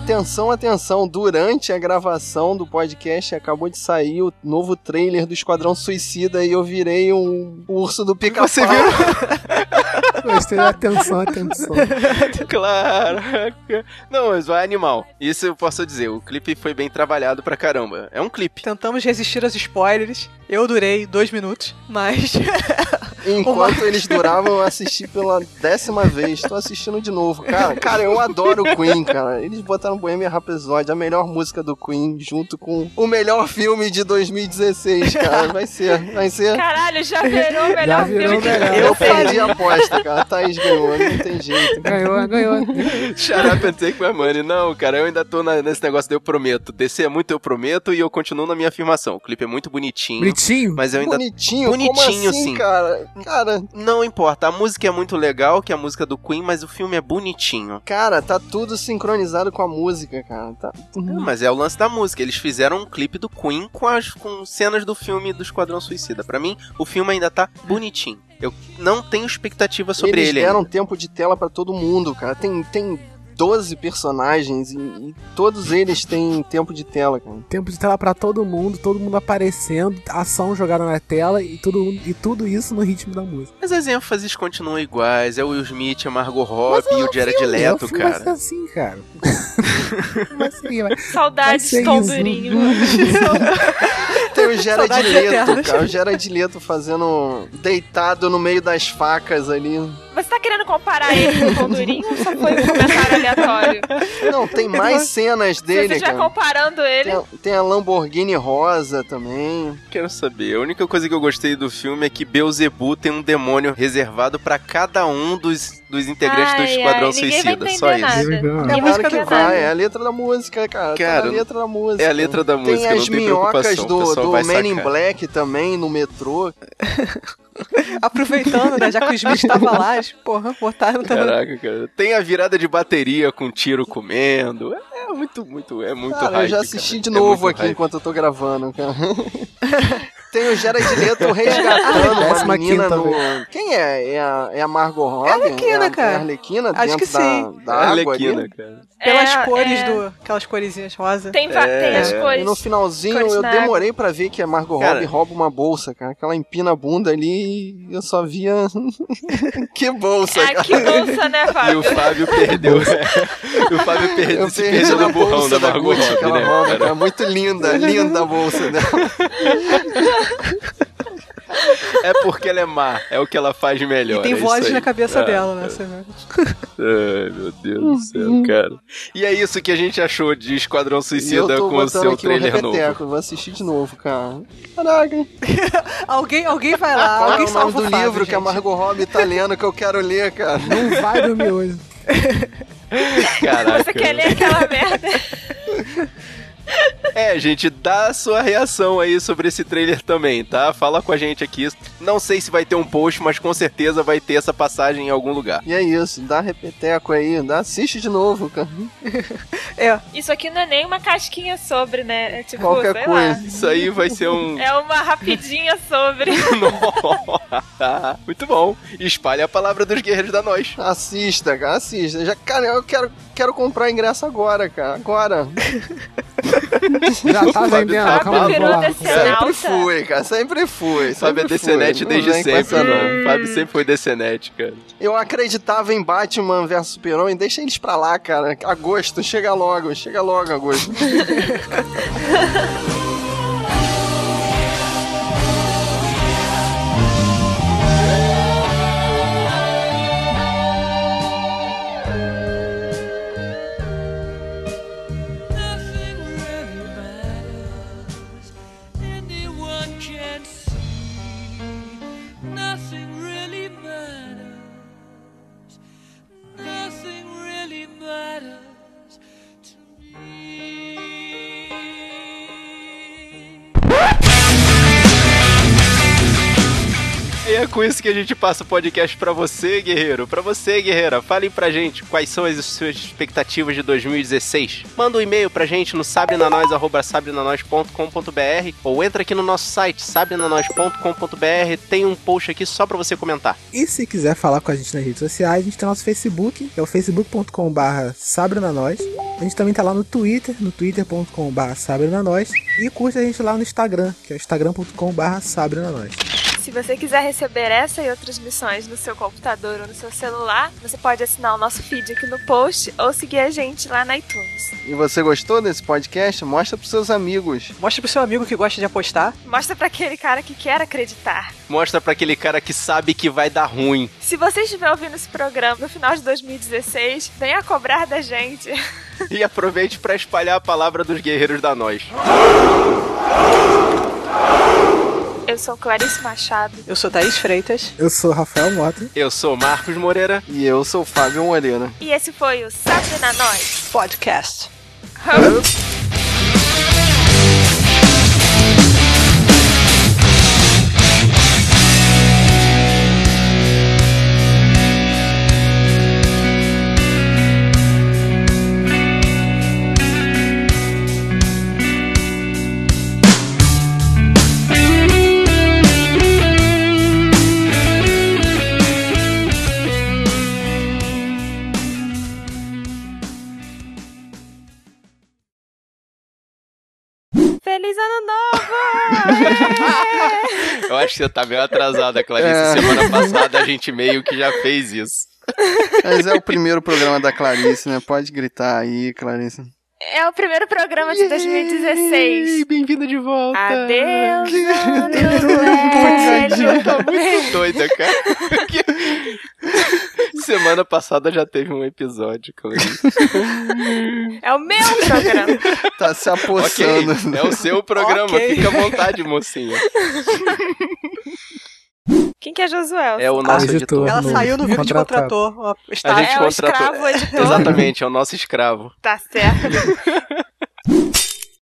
Speaker 3: Atenção, atenção, durante a gravação do podcast acabou de sair o novo trailer do Esquadrão Suicida e eu virei um urso do pica-pau. Você
Speaker 1: Gostei, atenção, atenção.
Speaker 2: Caraca. Não, mas vai animal. Isso eu posso dizer. O clipe foi bem trabalhado pra caramba. É um clipe.
Speaker 4: Tentamos resistir aos spoilers. Eu durei dois minutos, mas.
Speaker 3: Enquanto eles duravam, eu assisti pela décima vez. Tô assistindo de novo, cara. Cara, eu adoro o Queen, cara. Eles botaram Bohemian Rhapsody, a melhor música do Queen, junto com o melhor filme de 2016, cara. Vai ser, vai ser.
Speaker 5: Caralho, já virou o melhor filme que
Speaker 3: Eu perdi a aposta, cara. A Thaís ganhou, não tem jeito.
Speaker 1: Ganhou, ganhou.
Speaker 2: Shut up and take my money. Não, cara, eu ainda tô na- nesse negócio do eu prometo. Descer é muito eu prometo e eu continuo na minha afirmação. O clipe é muito bonitinho.
Speaker 1: Bonitinho?
Speaker 2: Mas eu ainda...
Speaker 3: Bonitinho, como
Speaker 2: Bonitinho,
Speaker 3: assim,
Speaker 2: sim.
Speaker 3: cara? Cara,
Speaker 2: Não importa, a música é muito legal, que é a música do Queen, mas o filme é bonitinho.
Speaker 3: cara, tá tudo sincronizado com a música, cara. Tá...
Speaker 2: É, Mas é o lance da música. Eles fizeram um clipe do Queen com as com cenas do filme do Esquadrão Suicida. Pra mim, o filme ainda tá bonitinho. Eu não tenho expectativa sobre
Speaker 3: Eles
Speaker 2: ele. né?
Speaker 3: deram
Speaker 2: ainda.
Speaker 3: tempo de tela pra todo mundo, cara. Tem, tem 12 personagens e, e todos eles têm tempo de tela, cara.
Speaker 1: Tempo de tela pra todo mundo, todo mundo aparecendo, ação jogada na tela e tudo, e tudo isso no ritmo da música.
Speaker 2: Mas as ênfases continuam iguais. É o Will Smith, a Margot Robbie e o Jared
Speaker 1: filme, é
Speaker 2: Leto,
Speaker 1: um filme
Speaker 2: cara.
Speaker 1: assim, cara. Mas assim, vai-
Speaker 5: Saudades,
Speaker 1: vai ser
Speaker 5: Tom
Speaker 1: isso.
Speaker 5: Durinho.
Speaker 3: Tem o Gerard
Speaker 5: Saudades
Speaker 3: Leto,
Speaker 5: eternas.
Speaker 3: cara. O Gerard Leto fazendo. deitado no meio das facas ali.
Speaker 5: Você tá querendo comparar ele com o Tom Durinho ou só foi um comentário aleatório?
Speaker 3: Não, tem mais cenas
Speaker 5: Se
Speaker 3: dele,
Speaker 5: você já
Speaker 3: cara.
Speaker 5: comparando ele,
Speaker 3: Tem a, tem a Lamborghini rosa também.
Speaker 2: Quero saber. A única coisa que eu gostei do filme é que Beuzebu tem um demônio reservado pra cada um dos, dos integrantes do
Speaker 5: Ai,
Speaker 2: Esquadrão
Speaker 5: ai, ninguém vai
Speaker 2: Suicida. Só
Speaker 5: entender
Speaker 2: isso.
Speaker 5: nada. Ninguém
Speaker 3: É claro
Speaker 5: vai
Speaker 3: que
Speaker 5: entender
Speaker 3: vai,
Speaker 5: nada.
Speaker 3: é a letra da música, cara. tá
Speaker 2: Cara,
Speaker 3: na letra da música.
Speaker 2: é a letra da música,
Speaker 3: Tem
Speaker 2: não
Speaker 3: as
Speaker 2: tem
Speaker 3: minhocas
Speaker 2: preocupação, o
Speaker 3: do,
Speaker 2: pessoal
Speaker 3: do
Speaker 2: vai
Speaker 3: Man in
Speaker 2: sacar.
Speaker 3: Black também no metrô.
Speaker 4: Aproveitando, né? Já que o Smith tava lá, eles, porra, botaram também.
Speaker 2: Caraca, cara. Tem a virada de bateria com tiro comendo. É é muito, muito, é muito
Speaker 3: cara, eu
Speaker 2: hype,
Speaker 3: já
Speaker 2: cara.
Speaker 3: assisti de
Speaker 2: É
Speaker 3: novo
Speaker 2: muito
Speaker 3: aqui
Speaker 2: hype.
Speaker 3: enquanto eu tô gravando, cara. Tem o Gerard Leto resgatando uma
Speaker 1: Décima
Speaker 3: menina
Speaker 1: quinta
Speaker 3: no...
Speaker 1: vez.
Speaker 3: Quem é? É a, é a Margot Robbie? É a
Speaker 4: Arlequina,
Speaker 3: é a,
Speaker 4: cara.
Speaker 3: Arlequina
Speaker 4: Acho
Speaker 3: dentro
Speaker 4: que
Speaker 3: da,
Speaker 4: sim.
Speaker 3: da
Speaker 2: É a
Speaker 3: água ali?
Speaker 2: Arlequina, cara.
Speaker 4: Pelas
Speaker 5: É,
Speaker 4: cores
Speaker 5: é.
Speaker 4: do. Aquelas coresinhas rosa.
Speaker 5: Tem va- tem as cores.
Speaker 3: E no finalzinho
Speaker 5: Cores
Speaker 3: eu
Speaker 5: na água.
Speaker 3: demorei pra ver que a Margot
Speaker 2: Cara.
Speaker 3: Robbie rouba uma bolsa, cara. Que ela empina a bunda ali e eu só via... que bolsa,
Speaker 5: Ah,
Speaker 3: cara.
Speaker 5: que bolsa, né,
Speaker 2: E o
Speaker 5: Fábio?
Speaker 2: Fábio perdeu. e o Fábio perdeu,
Speaker 3: Eu
Speaker 2: se
Speaker 3: perdi
Speaker 2: perdeu
Speaker 3: na
Speaker 2: no burrão da
Speaker 3: bolsa da
Speaker 2: Margot
Speaker 3: Gucci que
Speaker 2: Robbie,
Speaker 3: ela
Speaker 2: né,
Speaker 3: rouba,
Speaker 2: cara?
Speaker 3: cara. Muito linda, linda a bolsa né? dela.
Speaker 2: É porque ela é má. É o que ela faz melhor.
Speaker 4: E tem
Speaker 2: é isso
Speaker 4: vozes
Speaker 2: aí.
Speaker 4: na cabeça
Speaker 2: Ah,
Speaker 4: dela, né? Você vê.
Speaker 2: Ai, meu Deus do
Speaker 4: Uhum.
Speaker 2: céu, cara. E é isso que a gente achou de Esquadrão
Speaker 3: E eu
Speaker 2: Suicida
Speaker 3: tô
Speaker 2: com o
Speaker 3: botando
Speaker 2: seu
Speaker 3: aqui um
Speaker 2: trailer novo.
Speaker 3: repeteco, eu vou assistir de novo, cara. Caraca.
Speaker 4: Alguém, alguém vai lá,
Speaker 3: Qual é
Speaker 4: alguém
Speaker 3: o nome
Speaker 4: salva
Speaker 3: do
Speaker 4: o Fábio,
Speaker 3: livro que a
Speaker 4: gente.
Speaker 3: Margot Robbie tá lendo que eu quero ler, cara?
Speaker 1: Não vai dormir hoje.
Speaker 2: Caraca.
Speaker 5: Você quer ler aquela merda?
Speaker 2: É, gente, dá a sua reação aí sobre esse trailer também, tá? Fala com a gente aqui. Não sei se vai ter um post, mas com certeza vai ter essa passagem em algum lugar.
Speaker 3: E é isso, dá repeteco aí, dá, assiste de novo, cara.
Speaker 4: É,
Speaker 5: Isso aqui não é nem uma casquinha sobre, né? É tipo,
Speaker 3: Qualquer
Speaker 5: sei
Speaker 3: coisa.
Speaker 2: Isso aí vai ser um.
Speaker 5: lá. É uma rapidinha sobre.
Speaker 2: Nossa! Muito bom. Espalhe a palavra dos guerreiros da nós.
Speaker 3: Assista, cara, assista. Já, cara, eu quero, quero comprar ingresso agora, cara. Agora.
Speaker 1: Já tá
Speaker 2: Fábio
Speaker 1: vendendo,
Speaker 2: tá
Speaker 1: calma, vou lá.
Speaker 5: maluco.
Speaker 3: Sempre
Speaker 5: Senalta.
Speaker 3: fui, cara. Sempre fui.
Speaker 2: Fábio é
Speaker 3: É. Sempre
Speaker 2: DCNet
Speaker 3: fui.
Speaker 2: desde
Speaker 3: Não é vem com
Speaker 2: sempre,
Speaker 3: essa, não.
Speaker 2: mano. Fábio sempre foi DCNet, cara.
Speaker 3: Eu acreditava em Batman vs Super-Homem. Deixa eles pra lá, cara. Agosto, chega logo. Chega logo, agosto.
Speaker 8: Nothing really matters. Anyone can see. Nothing really matters. Nothing really matters to me.
Speaker 2: E é com isso que a gente passa o podcast pra você, guerreiro. Pra você, guerreira. Falem pra gente quais são as suas expectativas de 2016. Manda um e-mail pra gente no sabrenanois.com.br ou entra aqui no nosso site, sabrenanois.com.br. Tem um post aqui só pra você comentar.
Speaker 1: E se quiser falar com a gente nas redes sociais, a gente tem nosso Facebook, que é o facebook.com.br sabrenanois. A gente também tá lá no Twitter, no twitter.com.br sabrenanois. E curte a gente lá no Instagram, que é o instagram.com.br sabrenanois.
Speaker 5: Se você quiser receber essa e outras missões no seu computador ou no seu celular, você pode assinar o nosso feed aqui no post ou seguir a gente lá na iTunes.
Speaker 3: E você gostou desse podcast? Mostra pros seus amigos.
Speaker 4: Mostra pro seu amigo que gosta de apostar.
Speaker 5: Mostra pra aquele cara que quer acreditar.
Speaker 2: Mostra pra aquele cara que sabe que vai dar ruim.
Speaker 5: Se você estiver ouvindo esse programa no final de 2016, venha cobrar da gente.
Speaker 2: E aproveite pra espalhar a palavra dos guerreiros da nós.
Speaker 5: Eu sou Clarice Machado.
Speaker 4: Eu sou Thaís Freitas.
Speaker 1: Eu sou o Rafael Mota.
Speaker 2: Eu sou Marcos Moreira.
Speaker 3: E eu sou o Fábio Morena.
Speaker 5: E esse foi o Sabe na Nós.
Speaker 4: Podcast.
Speaker 2: acho que você tá meio atrasada, Clarice.
Speaker 3: É.
Speaker 2: Semana passada a gente meio que já fez isso.
Speaker 3: Mas é o primeiro programa da Clarice, né? Pode gritar aí, Clarice.
Speaker 5: É o primeiro programa de 2016.
Speaker 3: Bem-vinda de volta. é
Speaker 5: Adeus, ano
Speaker 2: Tadinha,
Speaker 5: velho.
Speaker 2: tá muito doida, cara. Que- Semana passada já teve um episódio, Clarice.
Speaker 5: É o meu programa.
Speaker 3: Tá se apossando.
Speaker 2: Ok, É o seu programa,
Speaker 5: Ok.
Speaker 2: fica à vontade, mocinha.
Speaker 5: Quem que é Josuel?
Speaker 2: É o nosso editor.
Speaker 4: Ela saiu no vivo de
Speaker 2: Contratado.
Speaker 4: contrator. Uma...
Speaker 2: A
Speaker 4: Está...
Speaker 2: gente
Speaker 5: É o Tá
Speaker 2: contratou.
Speaker 5: escravo editor.
Speaker 2: Exatamente, é o nosso escravo.
Speaker 5: Tá certo.